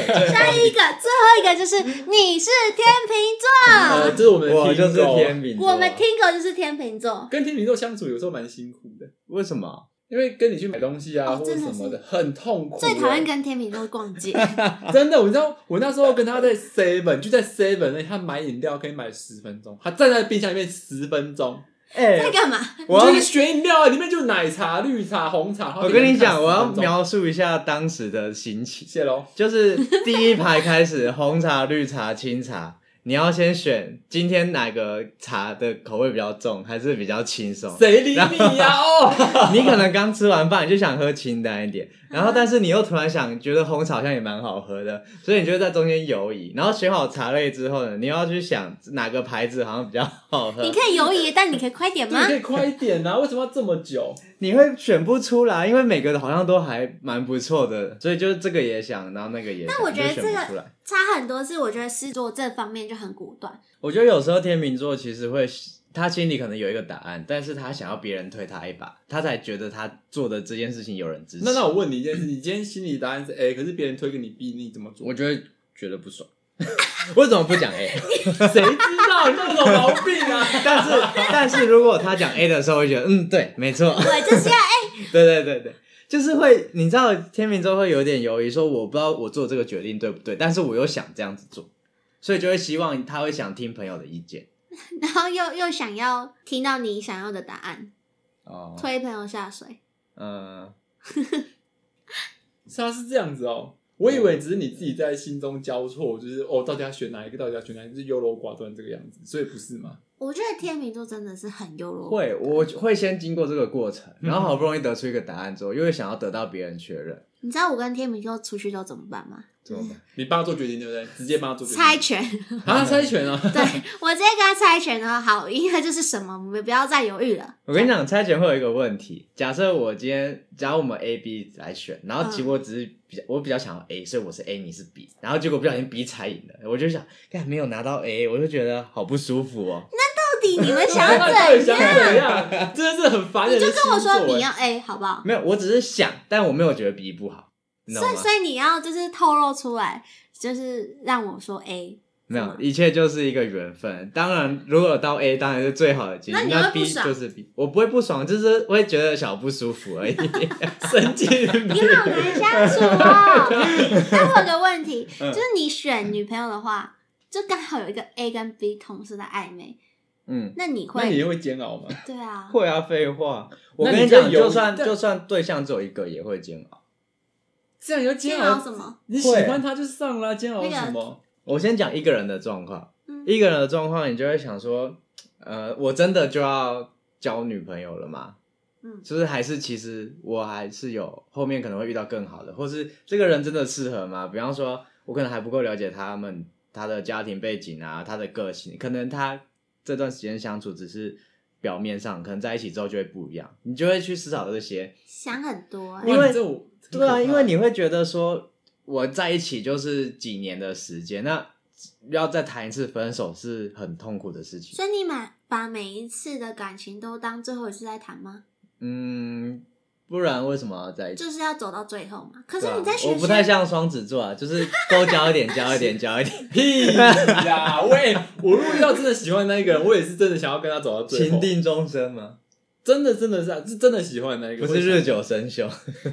Speaker 2: 一个，最后一个就是你是天秤
Speaker 3: 呃，
Speaker 2: 座，
Speaker 3: 这是我们的
Speaker 1: 我
Speaker 3: 听
Speaker 1: 就是
Speaker 3: 众
Speaker 1: 天秤座，
Speaker 2: 我们听狗就是天秤座，
Speaker 3: 跟天秤座相处有时候蛮辛苦的，
Speaker 1: 为什么？
Speaker 3: 因为跟你去买东西啊、
Speaker 2: 哦
Speaker 3: 或者什么的，很痛苦。啊
Speaker 2: 最讨厌跟天秤座逛街。
Speaker 3: 真的，我知道，我那时候跟他在 Seven，就在 Seven 那里，他买饮料可以买十分钟，他站在冰箱里面十分钟，
Speaker 1: 哎、
Speaker 2: 在干嘛？
Speaker 1: 我要
Speaker 3: 就是选饮料啊，里面就有奶茶、绿茶、红茶。然后
Speaker 1: 我跟你
Speaker 3: 看
Speaker 1: 讲，
Speaker 3: 10
Speaker 1: 我要
Speaker 3: 分钟，
Speaker 1: 描述一下当时的心情，
Speaker 3: 谢喽。
Speaker 1: 就是第一排开 始，红茶、绿茶、清茶，你要先选今天哪个茶的口味比较重，还是啊比较轻松。
Speaker 3: 谁理你 呀、哦，
Speaker 1: 你可能刚吃完饭，你就想喝清淡一 点，然后但是你又突然想觉得红茶好像也蛮好喝的，所以你就会在中间游移。然后选好茶类之后呢，你又要去想哪个牌子好像比较好喝
Speaker 2: 你，可以犹疑，但你可以快点吗
Speaker 3: 对，？可以快一点啊！为什么要这么久？
Speaker 1: 你会选不出来，因为每个好像都还蛮不错的，所以就是这个也想，然后那个也想，
Speaker 2: 但我觉得
Speaker 1: 你就选不出来。
Speaker 2: 差很多是，我觉得狮子座这方面就很果断，
Speaker 1: 我觉得有时候天秤座其实会，他心里可能有一个答案，但是他想要别人推他一把，他才觉得他做的这件事情有人支持。
Speaker 3: 那那我问你一件事，你今天心里答案是 A，可是别人推给你 B，你怎么做
Speaker 1: 我？就会觉得不爽。为什么 不讲 A？
Speaker 3: 谁知道你这种毛病啊？
Speaker 1: 但是但是如果他讲 A 的时候，我会觉得嗯对，没 错，
Speaker 2: 对，就是要哎、
Speaker 1: 对对对对，就是会，你知道天秤座会有点犹豫，说我不知道我做这个决定对不对，但是我又想这样子做，所以就会希望他会想听朋友的意见。
Speaker 2: 然后又又想要听到你想要的答案，
Speaker 1: 哦，
Speaker 2: 推朋友下水。
Speaker 1: 嗯，
Speaker 3: 是啊，是这样子哦。我以为只是你自己在心中交错，就是哦，到底要选哪一个？到底要选哪一个？就是优柔寡断这个样子，所以不是吗？
Speaker 2: 我觉得天秤座真的是很优柔，
Speaker 1: 会，我会先经过这个过程，
Speaker 3: 嗯
Speaker 1: 然后好不容易得出一个答案之后，又会想要得到别人确认，
Speaker 2: 你知道我跟天秤座出去都怎么办吗？
Speaker 1: 怎么办？
Speaker 3: 你爸做决定对不对？直接帮他做决定
Speaker 2: 猜拳，
Speaker 3: 啊，猜拳啊！
Speaker 2: 对我直接跟他猜拳呢。好，应该就是什么，我们不要再犹豫了。
Speaker 1: 我跟你讲，猜拳会有一个问题。假设我今天，假如我们 A、B 来选，然
Speaker 2: 嗯
Speaker 1: 后结果只是比较，我比较想要 A，所以我是 A，你是 B，然后结果不小心 B 猜赢了，我就想，看没有拿到 A，我就觉得好不舒服哦。
Speaker 2: 到底你们想
Speaker 3: 那
Speaker 2: 要
Speaker 3: 到底
Speaker 2: 怎
Speaker 3: 想
Speaker 2: 样？
Speaker 3: 怎 样？真的是很烦
Speaker 2: 你
Speaker 3: 人的
Speaker 2: 就
Speaker 3: 星座
Speaker 2: 跟
Speaker 3: 欸。
Speaker 2: 我说你要 A 好不好？
Speaker 1: 没有，我只是想，但我没有觉得 B 不好。你懂
Speaker 2: 所以
Speaker 1: 吗？
Speaker 2: 所以你要就是透露出来，就是让我说哎 A，
Speaker 1: 没
Speaker 2: 嗯
Speaker 1: 有，一切就是一个缘分。当然，如果到 A 当然是最好的结局
Speaker 2: 那，你会
Speaker 1: 那
Speaker 2: 不
Speaker 1: B
Speaker 2: 爽
Speaker 1: 就是 B，我不会不爽，就是会觉得小不舒服 而已。
Speaker 3: 神经病
Speaker 2: 你。好难相处 哦。那我有个问题，
Speaker 3: 嗯
Speaker 2: 就是你选女朋友的话，就刚好有一个 A 跟 B 同事的暧昧，
Speaker 1: 嗯，
Speaker 2: 那你会
Speaker 3: 那你会煎熬吗？
Speaker 2: 对啊？
Speaker 1: 会啊，废话。我
Speaker 3: 那
Speaker 1: 跟
Speaker 3: 你就
Speaker 1: 讲，
Speaker 3: 有
Speaker 1: 就算
Speaker 3: 但
Speaker 1: 就算对象只有一个，也会煎熬。
Speaker 3: 这样要煎
Speaker 2: 煎
Speaker 3: 熬
Speaker 2: 熬什？么？
Speaker 3: 你喜欢他就上啦，煎熬什么？
Speaker 1: 我先讲一个人的状况，
Speaker 2: 嗯
Speaker 1: 一个人的状况，你就会想说，呃，我真的就要交女朋友了吗？
Speaker 2: 嗯
Speaker 1: 就是还是其实我还是有后面可能会遇到更好的，或是这个人真的适合吗？比方说，我可能还不够了解他们他的家庭背景啊，他的个性，可能他这段时间相处只是表面上，可能在一起之后就会不一样，你就会去思考这些。
Speaker 2: 想很多、欸
Speaker 1: 因为，
Speaker 3: 哇你这我
Speaker 1: 对啊，因为 你会觉得说，我在一起就是几年的时间，那要再谈一次分手是很痛苦的事情。
Speaker 2: 所以你把把每一次的感情都当最后一次在谈吗？
Speaker 1: 嗯，不然为什么要在一起？
Speaker 2: 就是要走到最后嘛。可是
Speaker 1: 对啊
Speaker 2: 你在学
Speaker 1: 我不太像双子座啊，就是多交一点，交一点，交一 点，
Speaker 3: 屁呀！我也我如果要真的喜欢那一个人，我也是真的想要跟他走到最后
Speaker 1: 情，定终身吗？
Speaker 3: 真的真的是啊是真的喜欢那一个，
Speaker 1: 不是日久生羞，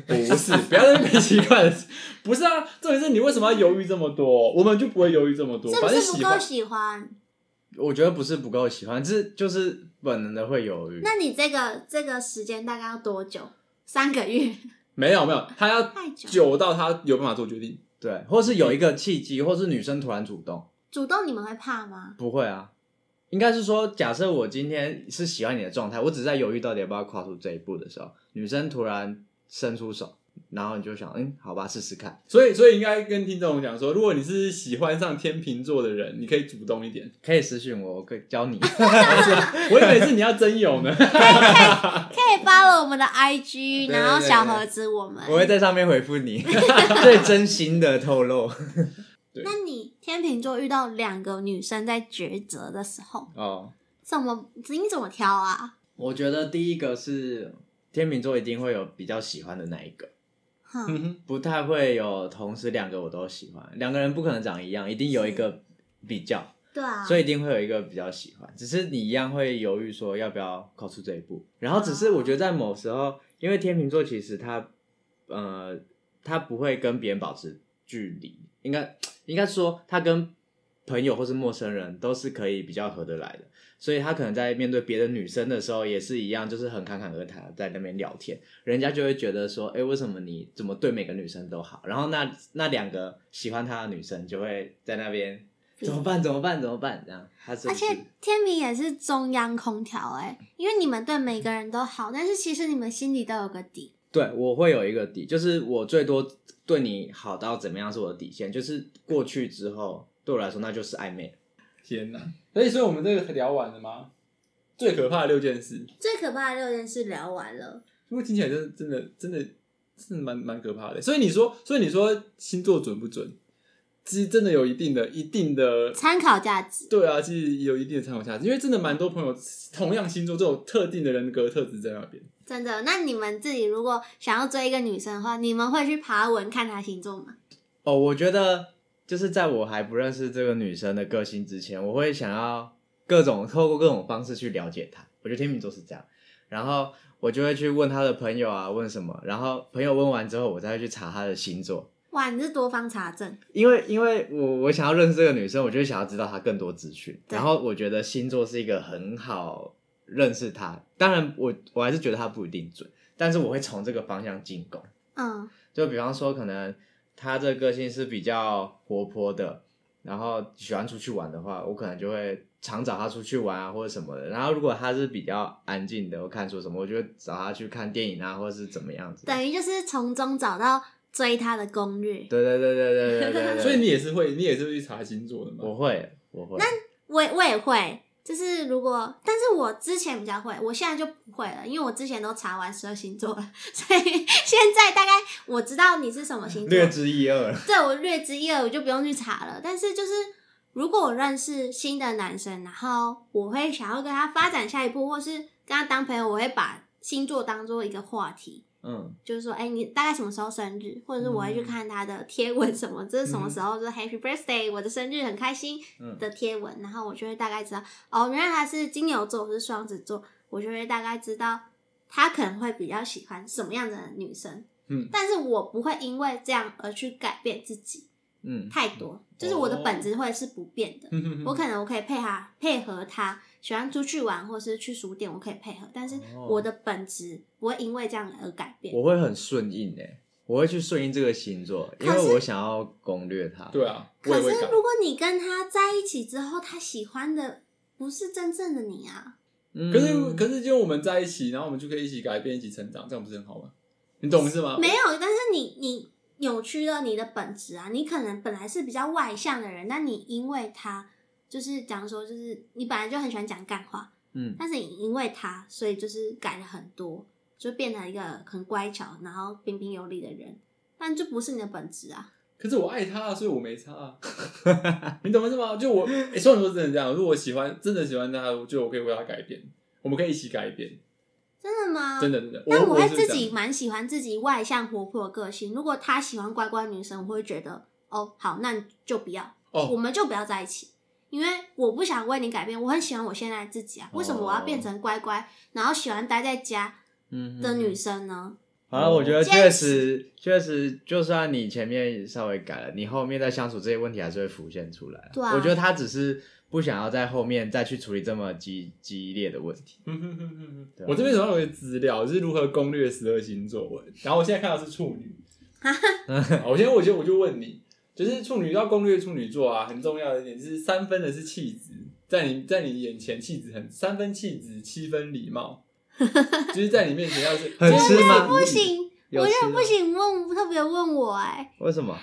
Speaker 3: 不是，不要在那边奇怪的，不是啊，重点是你为什么要犹豫这么多？我们就不会犹豫这么多，
Speaker 2: 是不
Speaker 3: 反正
Speaker 2: 是不
Speaker 3: 喜
Speaker 2: 够
Speaker 3: 欢
Speaker 2: 喜欢？
Speaker 1: 我觉得不是不够喜欢，是就是本能的会犹豫。
Speaker 2: 那你这个这个时间大概要多久？三个月
Speaker 3: 没有没有，他要
Speaker 2: 太久。
Speaker 3: 久到他有办法做决定，
Speaker 1: 对，或是有一个契机，或是女生突然主动，
Speaker 2: 主动你们会怕吗？
Speaker 1: 不会啊，应该是说，假设我今天是喜欢你的状态，我只是在犹豫到底要不要跨出这一步的时候，女生突然伸出手，然后你就想，嗯，好吧，试试看。
Speaker 3: 所以所以应该跟听众讲说，如果你是喜欢上天秤座的人，你可以主动一 点。
Speaker 1: 可以私信我，我可以教你。
Speaker 3: 我以为是你要真有呢，
Speaker 2: 可以 follow 我们的 IG，
Speaker 1: 对对
Speaker 2: 然后小盒子我们。
Speaker 1: 我会在上面回复你， 最真心的透露。
Speaker 2: 那你天秤座遇到两个女生在抉择的时候，
Speaker 1: 哦，
Speaker 2: 怎么你怎么挑啊？
Speaker 1: 我觉得第一个是天秤座一定会有比较喜欢的那一个，
Speaker 2: 哼，
Speaker 3: 嗯
Speaker 1: 不太会有同时两个我都喜欢，两个人不可能长一样，一定有一个比较。
Speaker 2: 对啊，
Speaker 1: 所以一定会有一个比较喜欢，只是你一样会犹豫说要不要跨出这一步。然后只是我觉得在某时候，因为天秤座其实他，呃，他不会跟别人保持距离，应该应该说他跟朋友或是陌生人都是可以比较合得来的，所以他可能在面对别的女生的时候也是一样，就是很侃侃而谈，在那边聊天，人家就会觉得说，哎、为什么你怎么对每个女生都好？然后那那两个喜欢他的女生就会在那边
Speaker 2: 嗯
Speaker 1: 怎么办？怎么办？怎么办？这样，他是
Speaker 2: 而
Speaker 1: 不是
Speaker 2: 且天秤也是中央空调哎、因为你们对每个人都好，但是其实你们心里都有个底。
Speaker 1: 对我会有一个底，就是我最多对你好到怎么样是我的底线，就是过去之后对我来说那就是暧昧。
Speaker 3: 天哪！所以所以我们这个聊完了吗？最可怕的六件事，
Speaker 2: 最可怕的六件事聊完了，
Speaker 3: 不过听起来真的真的真的是蛮蛮可怕的。所以你说，所以你说星座准不准？其实真的有一定的一定的
Speaker 2: 参考价值。
Speaker 3: 对啊，其实有一定的参考价值，因为真的蛮多朋友同样星座这种特定的人格特质在那边。
Speaker 2: 真的，那你们自己如果想要追一个女生的话，你们会去爬文看她星座吗？
Speaker 1: 哦，我觉得就是在我还不认识这个女生的个性之前，我会想要各种透过各种方式去了解她。我觉得天秤座是这样，然后我就会去问她的朋友啊，问什么，然后朋友问完之后，我再会去查她的星座。
Speaker 2: 哇，你是多方查证，
Speaker 1: 因为因为我我想要认识这个女生，我就想要知道她更多资讯。
Speaker 2: 对
Speaker 1: 然后我觉得星座是一个很好认识她，当然我我还是觉得她不一定准，但是我会从这个方向进攻。
Speaker 2: 嗯，
Speaker 1: 就比方说，可能她这个性是比较活泼的，然后喜欢出去玩的话，我可能就会常找她出去玩啊或者什么的。然后如果她是比较安静的，我看书什么，我就会找她去看电影啊，或者是怎么样子。
Speaker 2: 等于就是从中找到追她的攻略。
Speaker 1: 对对对对对对对对 对，
Speaker 3: 所以你也是会，你也是会去查星座的嘛？
Speaker 1: 我会我会。
Speaker 2: 我也我也会，就是如果，但是我之前比较会，我现在就不会了，因为我之前都查完十二星座了， 所以现在大概我知道你是什么星座，
Speaker 1: 略知一二。
Speaker 2: 对我略知一二，我就不用去查了。但是就是，如果我认识新的男生，然后我会想要跟他发展下一步，或是跟他当朋友，我会把星座当做一个话题，
Speaker 1: 嗯，
Speaker 2: 就是说，哎、你大概什么时候生日？或者是我
Speaker 3: 嗯
Speaker 2: 会去看他的贴文什么，这是什么时候？就是 Happy Birthday，我的生日很开心
Speaker 1: 嗯
Speaker 2: 的贴文，然后我就会大概知道，哦，原来他是金牛座，我是双子座，我就会大概知道他可能会比较喜欢什么样的女生。
Speaker 3: 嗯
Speaker 2: 但是我不会因为这样而去改变自己
Speaker 1: 嗯，
Speaker 2: 太多，就是我的
Speaker 3: 哦
Speaker 2: 本质会是不变的。
Speaker 3: 嗯哼
Speaker 2: 我
Speaker 3: 哼
Speaker 2: 可能我可以配他配合他，喜欢出去玩或是去书店，我可以配合，但是
Speaker 3: 哦
Speaker 2: 我的本质不会因为这样而改变。
Speaker 1: 我会很顺应诶、我会去顺应这个星座，因
Speaker 2: 可是
Speaker 1: 为我想要攻略它。
Speaker 3: 对啊，我
Speaker 2: 可
Speaker 3: 也会
Speaker 2: 是
Speaker 3: 改。
Speaker 2: 如果你跟他在一起之后，他喜欢的不是真正的你啊，
Speaker 1: 嗯，
Speaker 3: 可是可是，就我们在一起，然后我们就可以一起改变，一起成长，这样不是很好吗？你懂是吗？
Speaker 2: 没有，但是你你扭曲了你的本质啊，你可能本来是比较外向的人，但你因为他。就是讲说，就是你本来就很喜欢讲干话，
Speaker 1: 嗯，
Speaker 2: 但是你因为他，所以就是改了很多，就变成一个很乖巧，然后彬彬有礼的人，但这不是你的本质啊。
Speaker 3: 可是我爱他、啊，所以我没差、 啊。你懂是吗？就我，欸、虽然说真的这样，如果我喜欢，真的喜欢他，我觉得我可以为他改变，我们可以一起改变，
Speaker 2: 真的吗？
Speaker 3: 真。的真的。
Speaker 2: 但
Speaker 3: 我
Speaker 2: 会
Speaker 3: 是这
Speaker 2: 自
Speaker 3: 样
Speaker 2: 己蛮喜欢自己外向活泼的个性。如果他喜欢乖乖女生，我会觉得哦，好，那就不要，我
Speaker 3: 哦，
Speaker 2: 们就不要在一起，因为我不想为你改变，我很喜欢我现在自己啊。为什么我要变
Speaker 3: 哦
Speaker 2: 成乖乖，然后喜欢待在家
Speaker 1: 嗯
Speaker 2: 的女生呢？
Speaker 1: 好了，啊我觉得
Speaker 2: 坚持
Speaker 1: 确实确实，就算你前面稍微改了，你后面在相处这些问题还是会浮现出来。
Speaker 2: 对啊
Speaker 1: 我觉得他只是不想要在后面再去处理这么激激烈的问题。
Speaker 3: 嗯哼哼哼哼
Speaker 1: 对啊
Speaker 3: 我这边手上有一个资料，就是如何攻略十二星座文，然后我现在看到是处女。好我现在我就我就问你，就是处女要攻略处女座啊，很重要的一点就是三分的是气质，在你在你眼前气质很三分气质，七分礼 貌，就是在你面前要是
Speaker 1: 很吃
Speaker 3: 嗯
Speaker 1: 吗
Speaker 2: 不行，
Speaker 1: 有
Speaker 2: 我
Speaker 1: 吃
Speaker 2: 又
Speaker 3: 哦
Speaker 1: 吗
Speaker 2: 不行问，特别问我哎、
Speaker 1: 为什么？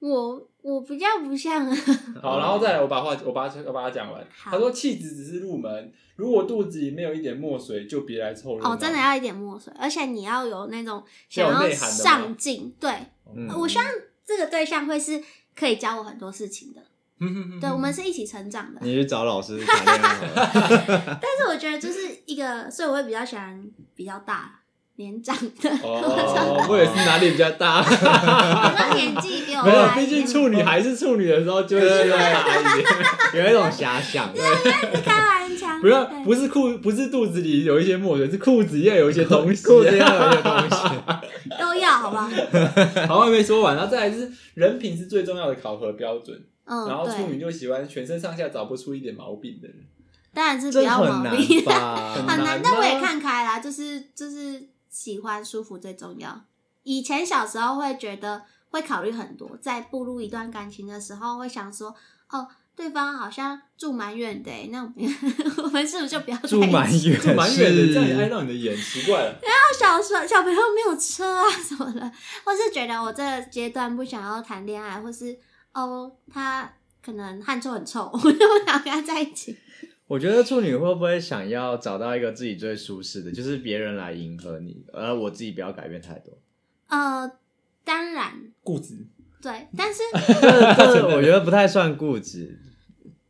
Speaker 2: 我我比较不像啊，
Speaker 1: 嗯
Speaker 3: 好，然后再来，我把话我把它我把它讲完。
Speaker 2: 好
Speaker 3: 他说气质只是入门，如果肚子里没有一点墨水，就别来凑热闹。
Speaker 2: 哦，真的要一点墨水，而且你要有那种
Speaker 3: 要
Speaker 2: 想
Speaker 3: 有
Speaker 2: 要
Speaker 3: 内涵的吗
Speaker 2: 上进，对
Speaker 1: 嗯
Speaker 2: 呃我希望这个对象会是可以教我很多事情的，
Speaker 3: 望
Speaker 2: 对我们是一起成长
Speaker 3: 嗯
Speaker 2: 的。
Speaker 1: 你去找老师谈恋爱好 了。
Speaker 2: 但是我觉得就是一个，所以我会比较喜欢比较大年长的，
Speaker 3: 哦，我也是哪里比较大，
Speaker 2: 我说年纪比我
Speaker 3: 哦没有，
Speaker 2: 大一
Speaker 3: 毕
Speaker 2: 点，
Speaker 3: 竟 处女还是处女的时候，就会需要大一点。
Speaker 1: 有一种遐想，
Speaker 2: 是开玩笑的，
Speaker 3: 不要，
Speaker 2: 对
Speaker 3: 不是裤，不是肚子里有一些墨水，是裤子要有一些东西。啊
Speaker 1: 裤子要有一个东西。
Speaker 2: 都要好不好？
Speaker 3: 好，我还没说完。然后再来就是人品是最重要的考核标准。然
Speaker 2: 嗯，
Speaker 3: 后处
Speaker 2: 对，
Speaker 3: 女就喜欢全身上下找不出一点毛病 的人。
Speaker 2: 当然是不
Speaker 1: 这
Speaker 2: 要
Speaker 1: 很
Speaker 2: 毛
Speaker 1: 难
Speaker 2: 病，
Speaker 1: 吧？
Speaker 3: 很
Speaker 2: 很
Speaker 3: 难
Speaker 2: 难，但我也
Speaker 3: 吗
Speaker 2: 看开啦，就是就是喜欢舒服最重要。以前小时候会觉得会考虑很多，在步入一段感情的时候会想说，哦，对方好像住蛮远的欸、那我们 我们是不是就不要在一
Speaker 1: 住
Speaker 2: 起
Speaker 1: 蛮？ 远，
Speaker 3: 就蛮远的，这
Speaker 1: 是
Speaker 3: 样也爱到你的眼，奇怪 了。
Speaker 2: 那小时候小朋友没有车啊什么的，或是觉得我这个阶段不想要谈恋爱，或是哦他可能汗臭很臭， 我就不想跟他在一起。
Speaker 1: 我觉得处女会不会想要找到一个自己最舒适的，就是别人来迎合你，而我自己不要改变太多。
Speaker 2: 呃，当然
Speaker 3: 固执，
Speaker 2: 对，但是。
Speaker 1: 这我觉得不太算固执，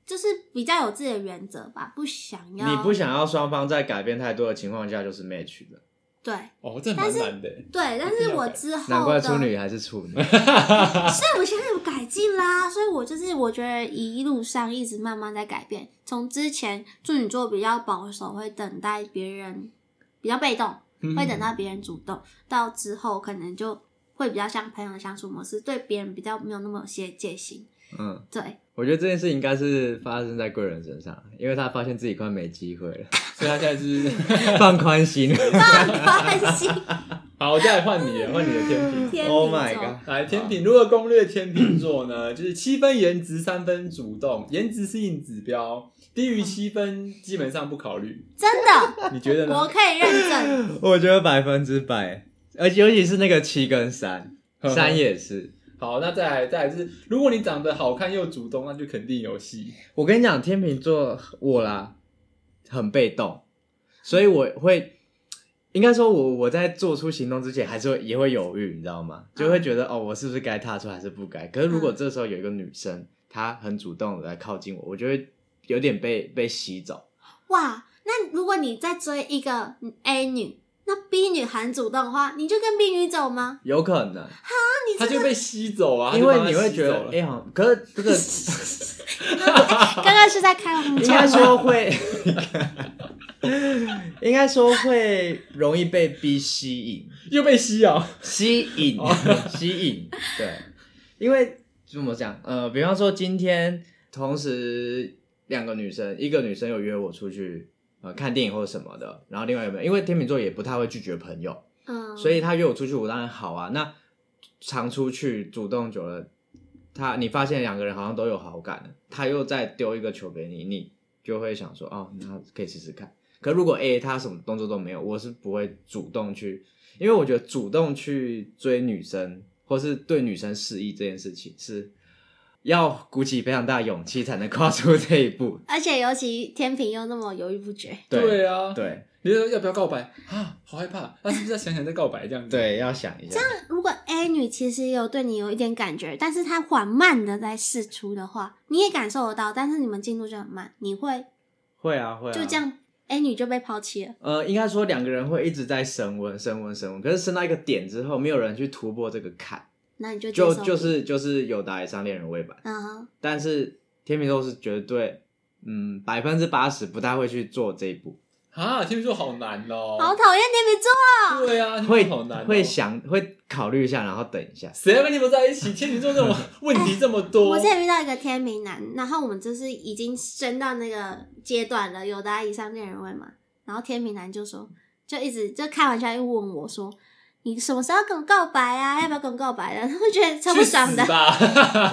Speaker 2: 就是比较有自己的原则吧，不想要
Speaker 1: 你不想要双方在改变太多的情况下就是 match 的，
Speaker 2: 对
Speaker 3: 哦，这蛮难的。
Speaker 2: 对，但是我之后的
Speaker 1: 难怪处女还是处女。
Speaker 2: 是我现在有改进啦，所以我就是我觉得一路上一直慢慢在改变，从之前处女座比较保守，会等待别人比较被动，
Speaker 1: 嗯
Speaker 2: 会等到别人主动，到之后可能就会比较像朋友的相处模式，对别人比较没有那么有些戒心，
Speaker 1: 嗯，
Speaker 2: 对，
Speaker 1: 我觉得这件事应该是发生在贵人身上，因为他发现自己快没机会了，
Speaker 3: 所以他现在是
Speaker 1: 放宽心。
Speaker 2: 关心
Speaker 3: 好，再来换你了，换你的天平。
Speaker 2: 天秤
Speaker 1: Oh my
Speaker 2: 座
Speaker 1: god！
Speaker 3: 来，天平如何攻略天秤座呢？ 就是七分颜值，三分主动。颜值是硬指标，低于七分基本上不考虑。
Speaker 2: 真的，
Speaker 3: 你觉得
Speaker 2: 我
Speaker 3: 呢？
Speaker 2: 可以认证，
Speaker 1: 我觉得百分之百，而且尤其是那个七跟三，三也是。
Speaker 3: 好，那再来，再来就是，如果你长得好看又主动，那就肯定有 戏。
Speaker 1: 我跟你讲，天秤座我啦很被动，所以我会应该说我我在做出行动之前，还是会也会犹豫，你知道吗？
Speaker 3: 嗯
Speaker 1: 就会觉得哦，我是不是该踏出还是不该？可是如果这时候有一个女生，她很主动的来靠近我，我就会有点被被吸走。
Speaker 2: 哇，那如果你在追一个 A 女，那 B 女喊主动的话，你就跟 B 女走 吗？
Speaker 1: 有可能，
Speaker 3: 他就被吸走啊，
Speaker 1: 因为你
Speaker 3: 他就被
Speaker 1: 会
Speaker 3: 他吸
Speaker 1: 觉
Speaker 3: 走
Speaker 1: 得，
Speaker 3: 了
Speaker 1: 哎、好像，可是 这个
Speaker 2: 刚刚是在开玩
Speaker 1: 应
Speaker 2: 笑
Speaker 1: 该，说会， 应该说会容易被 B 吸引，
Speaker 3: 又被吸啊，
Speaker 1: 吸引，吸引，对，因为怎么讲？呃，比方说今天同时两个女生，一个女生有约我出去。呃，看电影或者什么的，然后另外有没有？因为天秤座也不太会拒绝朋友，
Speaker 2: 嗯，
Speaker 1: 所以他约我出去，我当然好啊。那常出去主动久了，他你发现两个人好像都有好感了，他又再丢一个球给你，你就会想说哦，那可以试试看。可如果 A 他什么动作都没有，我是不会主动去，因为我觉得主动去追女生或是对女生示意这件事情是要鼓起非常大的勇气才能跨出这一步。
Speaker 2: 而且尤其天平又那么犹豫不决，
Speaker 1: 对
Speaker 3: 啊，
Speaker 1: 对
Speaker 3: 你说要不要告白啊？好害怕，那是不是要想想再告白这样子？，
Speaker 1: 对，要想一下。
Speaker 2: 如果 A 女其实有对你有一点感觉，但是她缓慢的在试出的话，你也感受得到，但是你们进度就很慢，你会
Speaker 1: 会啊，会啊。
Speaker 2: 就这样、A 女就被抛弃了。
Speaker 1: 呃，应该说两个人会一直在升温、升温、升温，可是升到一个点之后，没有人去突破这个坎，
Speaker 2: 那你就接
Speaker 1: 就
Speaker 2: 受
Speaker 1: 就是就是有达以上恋人未满。
Speaker 2: 嗯哼
Speaker 1: 但是天秤座是绝对，嗯，百分之八十不太会去做这一步，
Speaker 3: 啊，天秤座好难哦，
Speaker 2: 好讨厌天秤座，
Speaker 3: 对啊，天
Speaker 1: 会
Speaker 3: 秤座好难哦，
Speaker 1: 会想会考虑一下，然后等 一下。
Speaker 3: 谁要跟你们在一起？天秤座 这种问题这么多，
Speaker 2: 我之前遇到一个天秤男，然后我们就是已经升到那个阶段了，有达以上恋人未满，然后天秤男就说，就一直就开玩笑，又问我说，你什么时候要跟我告白啊？要不要跟我告白啊？我觉得超不
Speaker 3: 去死
Speaker 2: 爽的。
Speaker 3: 吧，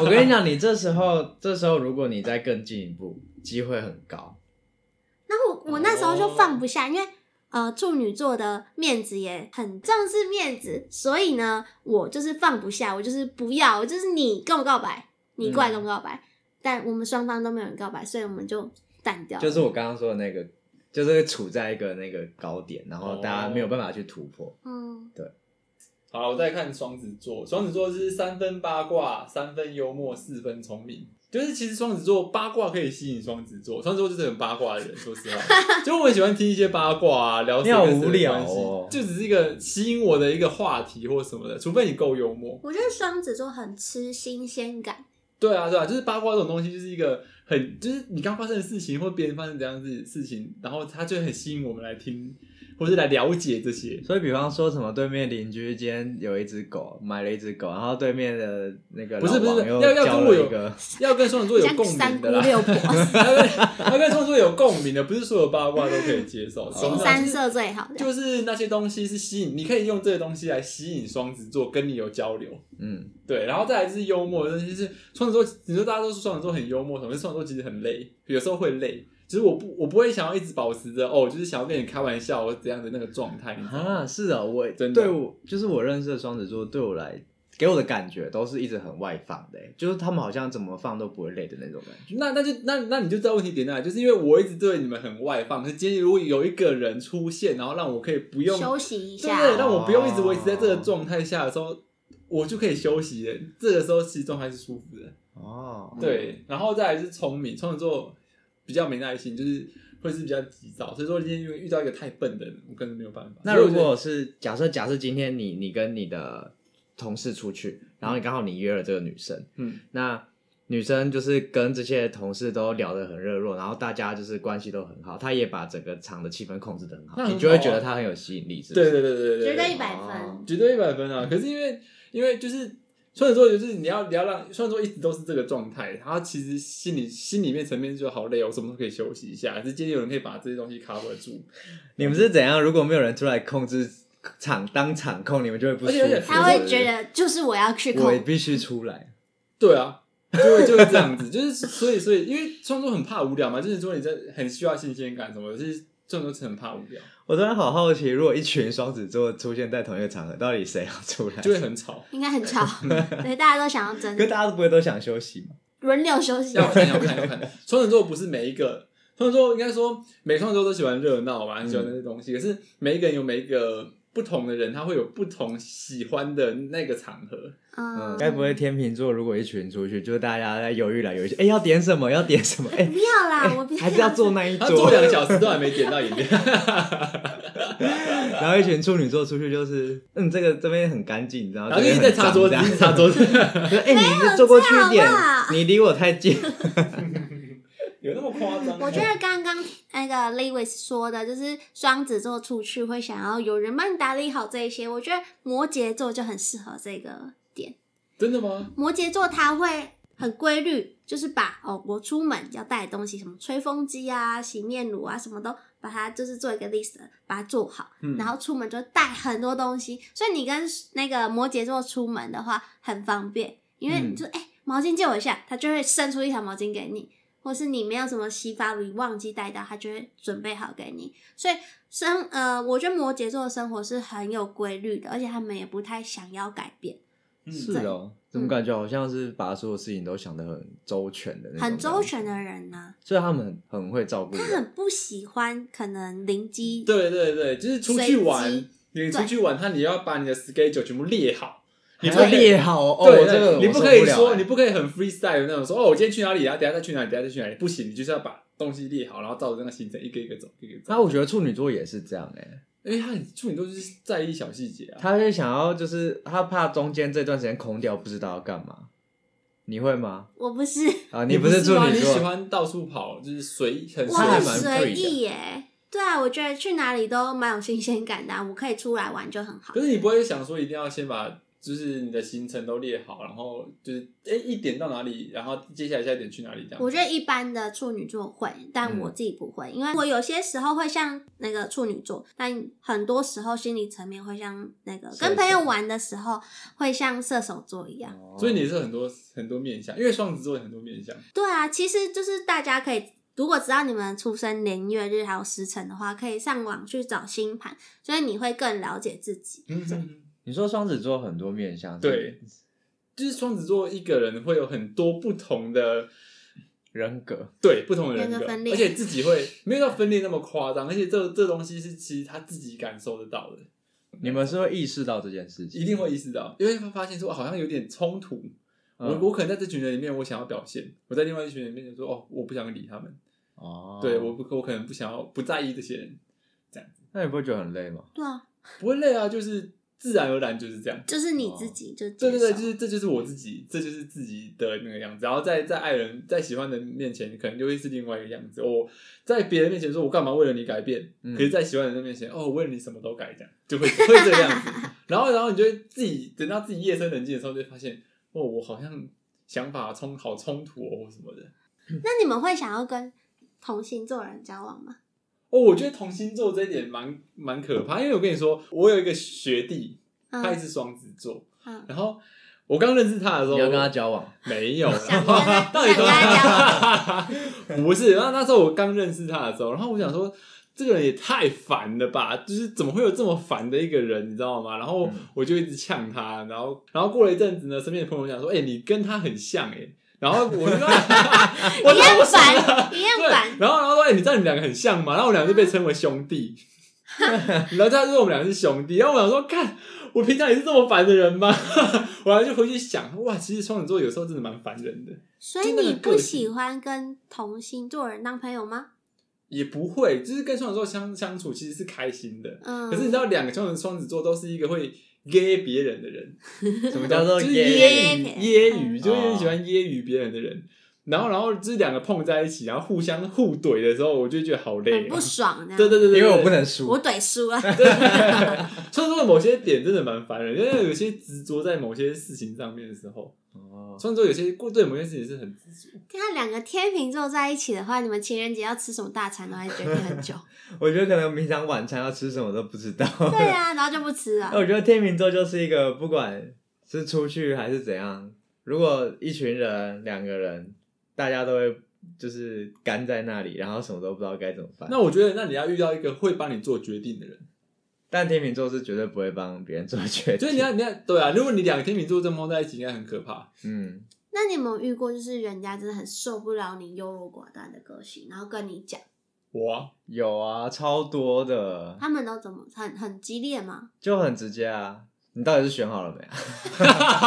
Speaker 1: 我跟你讲，你这时候这时候如果你再更进一步，机会很高。
Speaker 2: 然后我我那时候就放不下，因为呃处女座的面子也很重视面子，所以呢，我就是放不下，我就是不要，我就是你跟我告白，你过来跟我告白，但我们双方都没有人告白，所以我们就淡掉了。
Speaker 1: 就是我刚刚说的那个，就是处在一个那个高点，然后大家没有办法去突破。
Speaker 2: 嗯，
Speaker 3: 好了，我再看双子座。双子座是三分八卦，三分幽默，四分聪明。就是其实双子座八卦可以吸引双子座，双子座就是很八卦的人。说实话，就我很喜欢听一些八卦啊，聊
Speaker 1: 你
Speaker 3: 谁
Speaker 1: 好
Speaker 3: 跟谁
Speaker 1: 无
Speaker 3: 的
Speaker 1: 聊
Speaker 3: 关系，
Speaker 1: 哦
Speaker 3: 就只是一个吸引我的一个话题或什么的。除非你够幽默，
Speaker 2: 我觉得双子座很吃新鲜感，
Speaker 3: 对啊，对啊，就是八卦这种东西，就是一个很就是你刚发生的事情或别人发生怎样子的事情，然后它就很吸引我们来听，或是来了解这些。
Speaker 1: 所以，比方说什么，对面邻居今天有一只狗，买了一只狗，然后对面的那个
Speaker 3: 不是
Speaker 1: 老王
Speaker 3: 不是
Speaker 1: 又
Speaker 3: 要要
Speaker 1: 交
Speaker 3: 跟我
Speaker 1: 了
Speaker 3: 有
Speaker 1: 一个，
Speaker 3: 要跟双子座有
Speaker 2: 像
Speaker 3: 共
Speaker 2: 三
Speaker 3: 鸣
Speaker 2: 姑
Speaker 3: 的啦。
Speaker 2: 六婆，
Speaker 3: 他跟他跟创作有共鸣的，不是所有八卦都可以接 受。
Speaker 2: 新三色最好的。
Speaker 3: 就是那些东西是吸引，你可以用这些东西来吸引双子座跟你有交流。
Speaker 1: 嗯，
Speaker 3: 对，然后再来就是幽默的东西，就是双子座，你说大家都说双子座很幽默，可是双子座其实很累，有时候会累。其实我不，我不会想要一直保持着哦，就是想要跟你开玩笑或怎样的那个状态，你知道吗？
Speaker 1: 啊，是啊，我
Speaker 3: 嗯真的
Speaker 1: 对我就是我认识的双子座，对我来给我的感觉都是一直很外放的欸，就是他们好像怎么放都不会累的那种感觉。
Speaker 3: 那那就那那你就知道问题点在哪，就是因为我一直对你们很外放，可是今天如果有一个人出现，然后让我可以不用
Speaker 2: 休息一
Speaker 3: 对
Speaker 2: 下哦
Speaker 3: 不，对？让我不用一直维持在这个状态下的时候，我就可以休息了。这个时候其实状态是舒服的。
Speaker 1: 哦，
Speaker 3: 对，然后再来是聪明，双子座比较没耐心，就是会是比较急躁，所以说今天遇到一个太笨的人，我根本没有办法。
Speaker 1: 那
Speaker 3: 所以
Speaker 1: 如
Speaker 3: 我觉得
Speaker 1: 果是假设假设今天你你跟你的同事出去，然后你刚好你约了这个女生，
Speaker 3: 嗯，
Speaker 1: 那女生就是跟这些同事都聊得很热络，然后大家就是关系都很好，她也把整个场的气氛控制得很好，
Speaker 3: 那很好啊
Speaker 1: 你就会觉得她很有吸引力，是不
Speaker 3: 对
Speaker 1: 是？
Speaker 3: 对对对对，
Speaker 2: 绝对一
Speaker 3: 对
Speaker 2: 百
Speaker 1: 哦
Speaker 2: 分。
Speaker 3: 绝对一百分啊！可是因为因为就是双子座，就是你要你要让双子座一直都是这个状态，他其实心里心里面层面就好累哦，我什么时候可以休息一下？可是今天有人可以把这些东西 cover 住，
Speaker 1: 你们是怎样？如果没有人出来控制场，当场控，你们就会不舒
Speaker 3: 而且而
Speaker 1: 服。
Speaker 3: 且
Speaker 2: 他会觉得就是我要去
Speaker 1: 我
Speaker 2: 控
Speaker 1: 也，必须出来。
Speaker 3: 对啊，就会就是这样子，就是所以所以，因为创作很怕无聊嘛，就是说你在很需要新鲜感什么的，就是创作是很怕无聊，
Speaker 1: 我突然好好奇，如果一群双子座出现在同一个场合，到底谁要出来？
Speaker 3: 就会很吵。
Speaker 2: 应该 很吵，对，大家都想要争
Speaker 1: 可大家都不会都想休息嘛？
Speaker 2: 轮流休息。
Speaker 3: 要 看要看要看，双子座不是每一个。双子座应该说，每个双子座都喜欢热闹嘛，很喜欢那些东西。可是每一个人有每一个不同的人，他会有不同喜欢的那个场合。
Speaker 1: 嗯，
Speaker 2: 嗯，
Speaker 1: 该不会天秤座如果一群出去，就是大家在犹豫来犹豫去，哎、要点什么？要点什么？ 哎、
Speaker 2: 不要啦，我不
Speaker 1: 还是要坐那一
Speaker 3: 他坐
Speaker 1: 桌。
Speaker 3: 两个小时都还没 点到饮料，
Speaker 1: 然后一群处女座出去就是，嗯，这个这边很干净，然后
Speaker 3: 然后就一直在擦桌子，一直
Speaker 1: 哎、
Speaker 3: 擦 桌子，
Speaker 1: 诶哎你坐过去一点
Speaker 2: 这样好不好，
Speaker 1: 你离我 太近。
Speaker 3: 有那么夸张吗？
Speaker 2: 我觉得刚刚那个 Lewis 说的，就是双子座出去会想要有人帮你打理好这一些，我觉得摩羯座就很适合这个点。
Speaker 3: 真的吗？
Speaker 2: 摩羯座他会很规律，就是把哦，我出门要带的东西，什么吹风机啊、洗面乳啊，什么都把它就是做一个 list，把它做好，
Speaker 3: 嗯
Speaker 2: 然后出门就带很多东西。所以你跟那个摩羯座出门的话，很方便，因为你就哎、毛巾借我一下，他就会伸出一条毛巾给你。或是你没有什么洗发乳，你忘记带到，他就会准备好给你。所以生呃，我觉得摩羯座的生活是很有规律的，而且他们也不太想要改变。
Speaker 3: 嗯
Speaker 1: 是哦，怎么感觉好像是把所有事情都想得很周全的那种，
Speaker 2: 很周全，
Speaker 3: 啊
Speaker 2: 的人呢、
Speaker 1: 所以他们很很会照顾
Speaker 2: 他
Speaker 1: 人。
Speaker 2: 很不喜欢可能灵机，
Speaker 3: 对对对，就是出
Speaker 2: 随
Speaker 3: 去
Speaker 2: 机
Speaker 3: 玩，你出去玩，他你要把你的 schedule 全部列好，你不
Speaker 1: 还要
Speaker 3: 可以
Speaker 1: 列好哦，
Speaker 3: 对
Speaker 1: 哦这个
Speaker 3: 对，你
Speaker 1: 我
Speaker 3: 不
Speaker 1: 受
Speaker 3: 可以
Speaker 1: 了
Speaker 3: 说
Speaker 1: 哎
Speaker 3: 你不可以很 freestyle 那种，说哦，我今天去哪里啊，等一下再去哪里，等一下再去哪里，不行，你就是要把东西列好，然后照着那个行程一个一个走，一个一个走。
Speaker 1: 那我觉得处女座也是这样
Speaker 3: 因
Speaker 1: 哎、
Speaker 3: 为他很处女座就是在意小细节啊，
Speaker 1: 他就想要就是他怕中间这段时间空掉，不知道要干嘛。你会吗？
Speaker 2: 我不是，
Speaker 1: 啊，
Speaker 3: 不
Speaker 1: 不是处
Speaker 3: 吗
Speaker 1: 女
Speaker 3: 你喜
Speaker 1: 座，
Speaker 3: 欢到处跑，就是随很
Speaker 2: 我
Speaker 1: 是还
Speaker 2: 很
Speaker 1: 蛮
Speaker 3: 随
Speaker 1: free
Speaker 2: 随
Speaker 1: 的
Speaker 2: 意耶。对啊，我觉得去哪里都蛮有新鲜感的啊、我可以出来玩就很好
Speaker 1: 啊
Speaker 3: 可。是你不会想说一定要先把就是你的行程都列好，然后就是哎一点到哪里，然后接下来下一点去哪里这样。
Speaker 2: 我觉得一般的处女座会，但
Speaker 1: 嗯
Speaker 2: 我自己不会，因为我有些时候会像那个处女座，但很多时候心理层面会像那个
Speaker 1: 射
Speaker 2: 跟朋友
Speaker 1: 手嗯
Speaker 2: 玩的时候会像射手座一样。
Speaker 1: 哦
Speaker 3: 所以你是很多很多面相，因为双子座有很多面相，
Speaker 2: 对啊，其实就是大家可以，如果知道你们出生年月日还有时辰的话，可以上网去找星盘，所以你会更了解自己。
Speaker 3: 嗯，
Speaker 1: 你说双子座很多面相，
Speaker 3: 对，就是双子座一个人会有很多不同的
Speaker 1: 人格，
Speaker 3: 对不同的人
Speaker 2: 人
Speaker 3: 格，
Speaker 2: 格分裂
Speaker 3: 而且自己会没有到分裂那么夸张，而且这这东西是其实他自己感受得到的，
Speaker 1: 你们是会意识到这件事情，
Speaker 3: 一定会意识到，因为会发现说哦好像有点冲突。
Speaker 1: 嗯
Speaker 3: 我我可能在这群人里面，我想要表现；我在另外一群人里面就说哦，我不想理他们，
Speaker 1: 哦，
Speaker 3: 对我不我可能不想要不在意这些人，
Speaker 1: 那你不会觉得很累吗？
Speaker 2: 对啊，
Speaker 3: 不会累啊，就是自然而然就是这样。
Speaker 2: 就是你自己就接
Speaker 3: 哦对对
Speaker 2: 受。
Speaker 3: 对，就是这就是我自己，这就是自己的那个样子。然后在在爱人、在喜欢的人面前，可能就会是另外一个样子。我在别人面前说，我干嘛为了你改变？
Speaker 1: 嗯
Speaker 3: 可是，在喜欢的人面前，哦，我为了你什么都改，这样就会会这个样 子。然后，然后你就会自己等到自己夜深人静的时候，就会发现，哦，我好像想法冲好冲突哦，或什么的。
Speaker 2: 那你们会想要跟同星座人交往吗？
Speaker 3: 哦，我觉得同星座这一点蛮蛮可怕，因为我跟你说，我有一个学弟，他也
Speaker 2: 嗯
Speaker 3: 是双子座，
Speaker 2: 嗯，
Speaker 3: 然后。我刚认识他的时候，
Speaker 1: 你要跟他 交往，
Speaker 3: 没有啦，
Speaker 2: 想跟他
Speaker 3: 到底
Speaker 2: 想跟他
Speaker 3: 多 不是，然后那时候我刚认识他的时候，然后我想说，这个人也太烦了吧，就是怎么会有这么烦的一个人，你知道吗？然后
Speaker 1: 嗯
Speaker 3: 我就一直呛他，然后然后过了一阵子呢，身边的朋友讲说，哎、你跟他很像哎、然后我就 我
Speaker 2: 一
Speaker 3: 就
Speaker 2: 样
Speaker 3: 不爽了。
Speaker 2: 烦，一样
Speaker 3: 对，
Speaker 2: 烦。
Speaker 3: 然后然后说，哎、你知道你们两个很像吗？然后我们两个就被称为兄弟。然后他说我们两个是兄弟，然后我想说，看我平常也是这么烦的人吗？ 我还就回去想，哇，其实双子座有时候真的蛮烦人的，
Speaker 2: 所以
Speaker 3: 真的
Speaker 2: 你
Speaker 3: 很
Speaker 2: 不
Speaker 3: 个
Speaker 2: 喜
Speaker 3: 性
Speaker 2: 欢跟同星座人当朋友吗？
Speaker 3: 也不会，就是跟双子座相相处其实是开心的。
Speaker 2: 嗯，
Speaker 3: 可是你知道，两个双子双子座都是一个会噎别人的人，
Speaker 1: 什么叫做
Speaker 3: 就是
Speaker 1: 耶？
Speaker 3: 揶揄
Speaker 2: 揶
Speaker 3: 揶
Speaker 2: 揄
Speaker 3: 揄，就是很喜欢揶揄别人的人。然后，然后就是两个碰在一起，然后互相互怼的时候，我就觉得好累
Speaker 2: 很
Speaker 3: 哦。
Speaker 2: 不爽啊的。
Speaker 3: 对对对对，
Speaker 1: 因为我
Speaker 3: 对
Speaker 1: 不能输
Speaker 2: 我，怼输了。
Speaker 3: 双子座的某些点真的蛮烦人，因为有些执着在某些事情上面的时候，
Speaker 1: 哦
Speaker 3: 双子座有些过对某些事情是很执着。
Speaker 2: 那两个天秤座在一起的话，你们情人节要吃什么大餐都还决定很久。
Speaker 1: 我觉得可能平常晚餐要吃什么都不知道。
Speaker 2: 对啊，然后就不吃了
Speaker 3: 哦
Speaker 1: 那。我觉得天秤座就是一个不管是出去还是怎样，如果一群人、两个人，大家都会就是干在那里，然后什么都不知道该怎么办。
Speaker 3: 那我觉得，那你要遇到一个会帮你做决定的 人，
Speaker 1: 但天秤座是绝对不会帮别人做决定，
Speaker 3: 就是你要你要对啊，如果你两个天秤座正碰在一起，应该很可怕。
Speaker 1: 嗯，
Speaker 2: 那你有没有遇过，就是人家真的很受不了你优柔寡断的个性，然后跟你讲，
Speaker 3: 我啊
Speaker 1: 有啊，超多的，
Speaker 2: 他们都怎么很很激烈嘛？
Speaker 1: 就很直接啊。你到底是选好了没？ 啊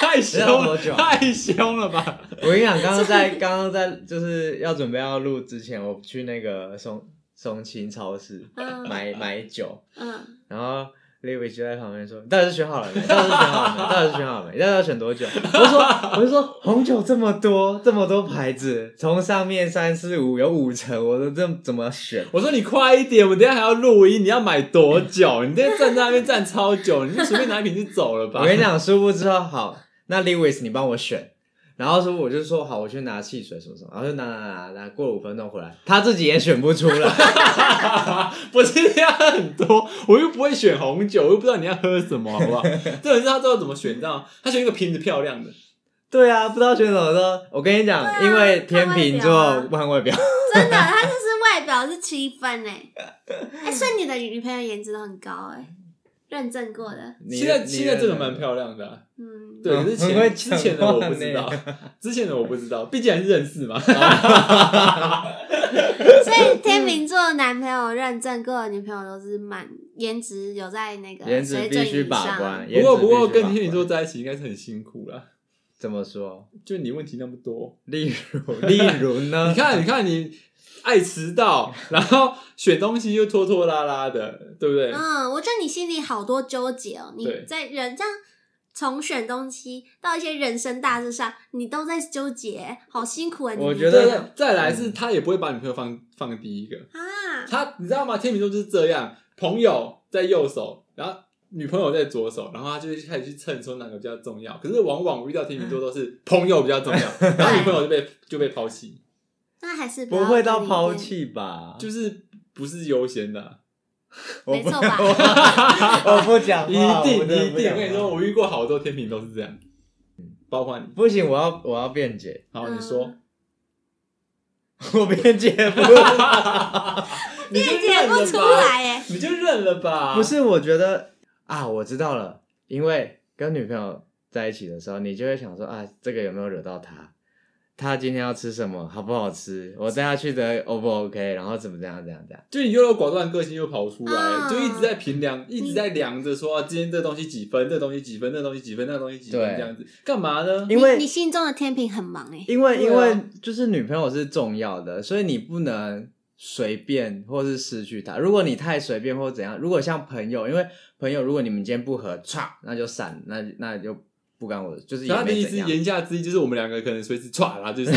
Speaker 3: 太凶
Speaker 1: 你要
Speaker 3: 了
Speaker 1: 多，久
Speaker 3: 太凶了吧？
Speaker 1: 我跟你讲，刚刚在刚刚在就是要准备要录之前，我去那个松松青超市
Speaker 2: 嗯
Speaker 1: 买买酒，
Speaker 2: 嗯，
Speaker 1: 然后 Levi 就在旁边说：“你到底是选好了没？ 到底是选好了没？到底是选好了没？你到底要选多久？”我说：“我就说红酒这么多，这么多牌子，从上面三四五有五层，我都这怎么选？
Speaker 3: 我说你快一点，我等一下还要录音，你要买多久？你在站在那边站超久，你就随便拿一瓶就走了吧？
Speaker 1: 我跟你讲，殊不知道好，那 Lewis 你帮我选。然后说我就说好，我去拿汽水什么什么，然后就拿拿拿拿，过了五分钟回来，他自己也选不出来。
Speaker 3: 不是要很多，我又不会选红酒，我又不知道你要喝什么，好不好？这人是他知道怎么选，你知道吗？他选一个瓶子漂亮的，
Speaker 1: 对啊，不知道选什么的。我跟你讲，
Speaker 2: 对啊
Speaker 1: 因为天
Speaker 2: 看外表
Speaker 1: 秤座
Speaker 2: 啊
Speaker 1: 看外表，
Speaker 2: 真的，他就是外表是七分哎、哎、所以你的女朋友颜值都很高哎、认证过的，
Speaker 1: 你
Speaker 3: 现在
Speaker 1: 你
Speaker 3: 现在这个
Speaker 1: 认
Speaker 3: 蛮
Speaker 1: 为
Speaker 3: 漂亮的啊、
Speaker 2: 嗯，
Speaker 3: 对，
Speaker 1: 嗯
Speaker 3: 可是
Speaker 1: 很会
Speaker 3: 前之
Speaker 1: 讲
Speaker 3: 前的我不知道
Speaker 1: 话，
Speaker 3: 之前的我不知道，毕竟还是认识嘛。
Speaker 2: 所以天秤座男朋友认证过的女朋友都是蛮颜值有在那个
Speaker 1: 颜值
Speaker 2: 水
Speaker 1: 必
Speaker 2: 准
Speaker 1: 须
Speaker 2: 以
Speaker 1: 把
Speaker 2: 上。
Speaker 1: 关。
Speaker 3: 不过不过跟
Speaker 1: 天
Speaker 3: 天秤座在一起应该是很辛苦啦，
Speaker 1: 怎 么说？
Speaker 3: 就你问题那么多，
Speaker 1: 例如例如呢？
Speaker 3: 你看你看你爱迟到， 然后选东西又拖拖拉拉的，对不对？
Speaker 2: 嗯，我觉得你心里好多纠结哦，你
Speaker 3: 对
Speaker 2: 在人这样从选东西到一些人生大事上，你都在纠结，好辛苦哎、你
Speaker 1: 我
Speaker 2: 们
Speaker 1: 觉
Speaker 3: 对
Speaker 1: 得
Speaker 3: 对，再来是他也不会把女朋友放放第一个，
Speaker 2: 啊，
Speaker 3: 他你知道吗？天秤座就是这样，朋友在右手，然后女朋友在左手，然后他就会开始去称说哪个比较重要。可是往往我遇到天秤座都 是朋友比较重要，然后女朋友就被就被抛弃，
Speaker 2: 那还是
Speaker 1: 不
Speaker 2: 要
Speaker 1: 会到
Speaker 2: 跟
Speaker 1: 抛
Speaker 2: 你恋
Speaker 1: 弃吧？
Speaker 3: 就是不是优先的啊、
Speaker 1: 我不
Speaker 2: 没错吧
Speaker 1: 我不讲话，
Speaker 3: 一定
Speaker 1: 我真的
Speaker 3: 一
Speaker 1: 不啊
Speaker 3: 定。
Speaker 1: 讲
Speaker 3: 我
Speaker 1: 话
Speaker 3: 跟你说，，我遇过好多天秤都是这样，包括你。
Speaker 1: 不行，我要我要辩 解，
Speaker 3: 好，你
Speaker 2: 嗯
Speaker 3: 说，
Speaker 1: 我辩解不了
Speaker 3: 你就
Speaker 2: 爱解
Speaker 3: 认
Speaker 2: 不
Speaker 3: 了
Speaker 2: 出
Speaker 3: 吧，
Speaker 2: 来哎，
Speaker 3: 你就认了吧。
Speaker 1: 不，是，我觉得啊，我知道了，因为跟女朋友在一起的时候，你就会想说啊，这个有没有惹到她？她今天要吃什么？好不好吃？我带她去的 O 不 OK？然后怎么怎样怎样怎样？
Speaker 3: 就你优柔寡断的个性又跑出来，
Speaker 2: 啊
Speaker 3: 就一直在评量，一直在量着说、啊、今天这东西几分，这东西几分，这东西几分，那东西几分
Speaker 1: 对
Speaker 3: 这样子，干嘛呢？
Speaker 1: 因为
Speaker 2: 你你心中的天平很忙哎、
Speaker 1: 因为
Speaker 3: 对啊
Speaker 1: 因为就是女朋友是重要的，所以你不能随便或是失去她。如果你太随便或怎样，如果像朋友，因为朋友如果你们今天不合，唰，那就散，那那就不干我的，就是
Speaker 3: 他
Speaker 1: 也
Speaker 3: 的意
Speaker 1: 没
Speaker 3: 思
Speaker 1: 怎样，
Speaker 3: 言下之意就是我们两个可能随时歘啦，就是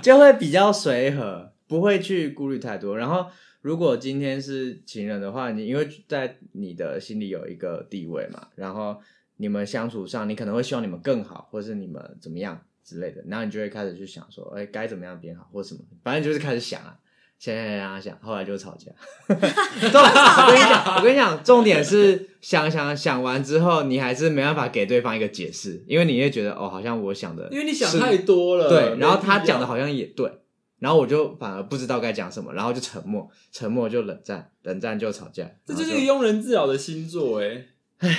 Speaker 1: 就会比较随和，不会去顾虑太多。然后如果今天是情人的话，你因为在你的心里有一个地位嘛，然后你们相处上，你可能会希望你们更好，或是你们怎么样之类的，然后你就会开始去想说，哎，该怎么样变好，或什么，反正就是开始想啊。想想想想 想，后来就吵架。重我跟你讲，我跟你讲，重点是想想想完之后，你还是没办法给对方一个解释，因为你会觉得哦，好像我想的，
Speaker 3: 因为你想
Speaker 1: 是
Speaker 3: 太多了。
Speaker 1: 对，然后
Speaker 3: 没必
Speaker 1: 他
Speaker 3: 要
Speaker 1: 讲的，好像也对，然后我就反而不知道该讲什么，然后就沉默，沉默就冷战，冷战就吵架，
Speaker 3: 这
Speaker 1: 然
Speaker 3: 就是
Speaker 1: 后
Speaker 3: 一个庸人自扰的星座哎，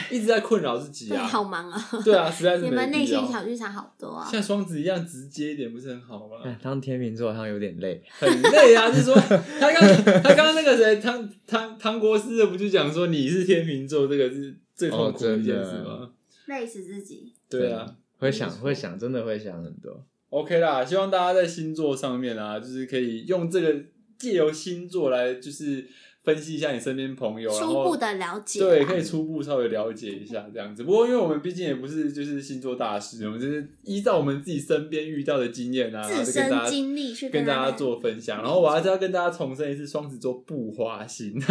Speaker 3: 一直在困扰自己
Speaker 2: 对，
Speaker 3: 啊。
Speaker 2: 好忙啊、
Speaker 3: 对啊，实在是
Speaker 2: 你
Speaker 3: 没必要
Speaker 2: 们内心小剧场好多啊。
Speaker 3: 像双子一样直接一点，不是很好吗？
Speaker 1: 哎当天秤座好像有点累，
Speaker 3: 很累啊！就是说，他刚他刚刚那个谁，汤汤汤国师的不就讲说你是天秤座，这个是最痛苦的一件事
Speaker 1: 哦
Speaker 3: 吗？
Speaker 2: 累死自己。
Speaker 3: 对啊，
Speaker 1: 会
Speaker 3: 没
Speaker 1: 想
Speaker 3: 错
Speaker 1: 会想，真的会想很多。
Speaker 3: OK 啦，希望大家在星座上面啊，就是可以用这个借由星座来，就是分析一下你身边朋友，然
Speaker 2: 初
Speaker 3: 后
Speaker 2: 步的了解啊啦，
Speaker 3: 对，可以初步稍微了解一下这样子。不过，因为我们毕竟也不是就是星座大师，我们就是依照我们自己身边遇到的经验啊，然后
Speaker 2: 自
Speaker 3: 就跟大
Speaker 2: 身
Speaker 3: 家
Speaker 2: 经历去
Speaker 3: 跟大家
Speaker 2: 家
Speaker 3: 做分享。然后我还是要跟大家重申一次，双子座不花心，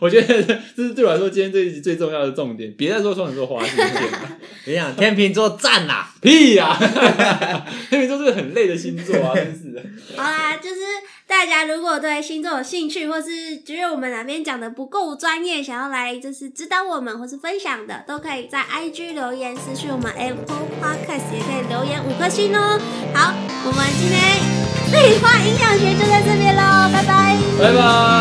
Speaker 3: 我觉得这是对我来说今天这一集最重要的重点。别再说双子座花心了。
Speaker 1: 跟你讲，天秤座赞啦！
Speaker 3: 屁呀、 天秤座是个很累的星座啊，真是的。
Speaker 2: 好啦，就是大家如果对星座有兴趣，或是觉得我们哪边讲的不够专业，想要来就是指导我们或是分享的，都可以在 IG 留言私讯我们 Apple Podcast，也可以留言五颗星哦。好，我们今天废话营养学就在这边喽，拜拜。
Speaker 3: 拜拜。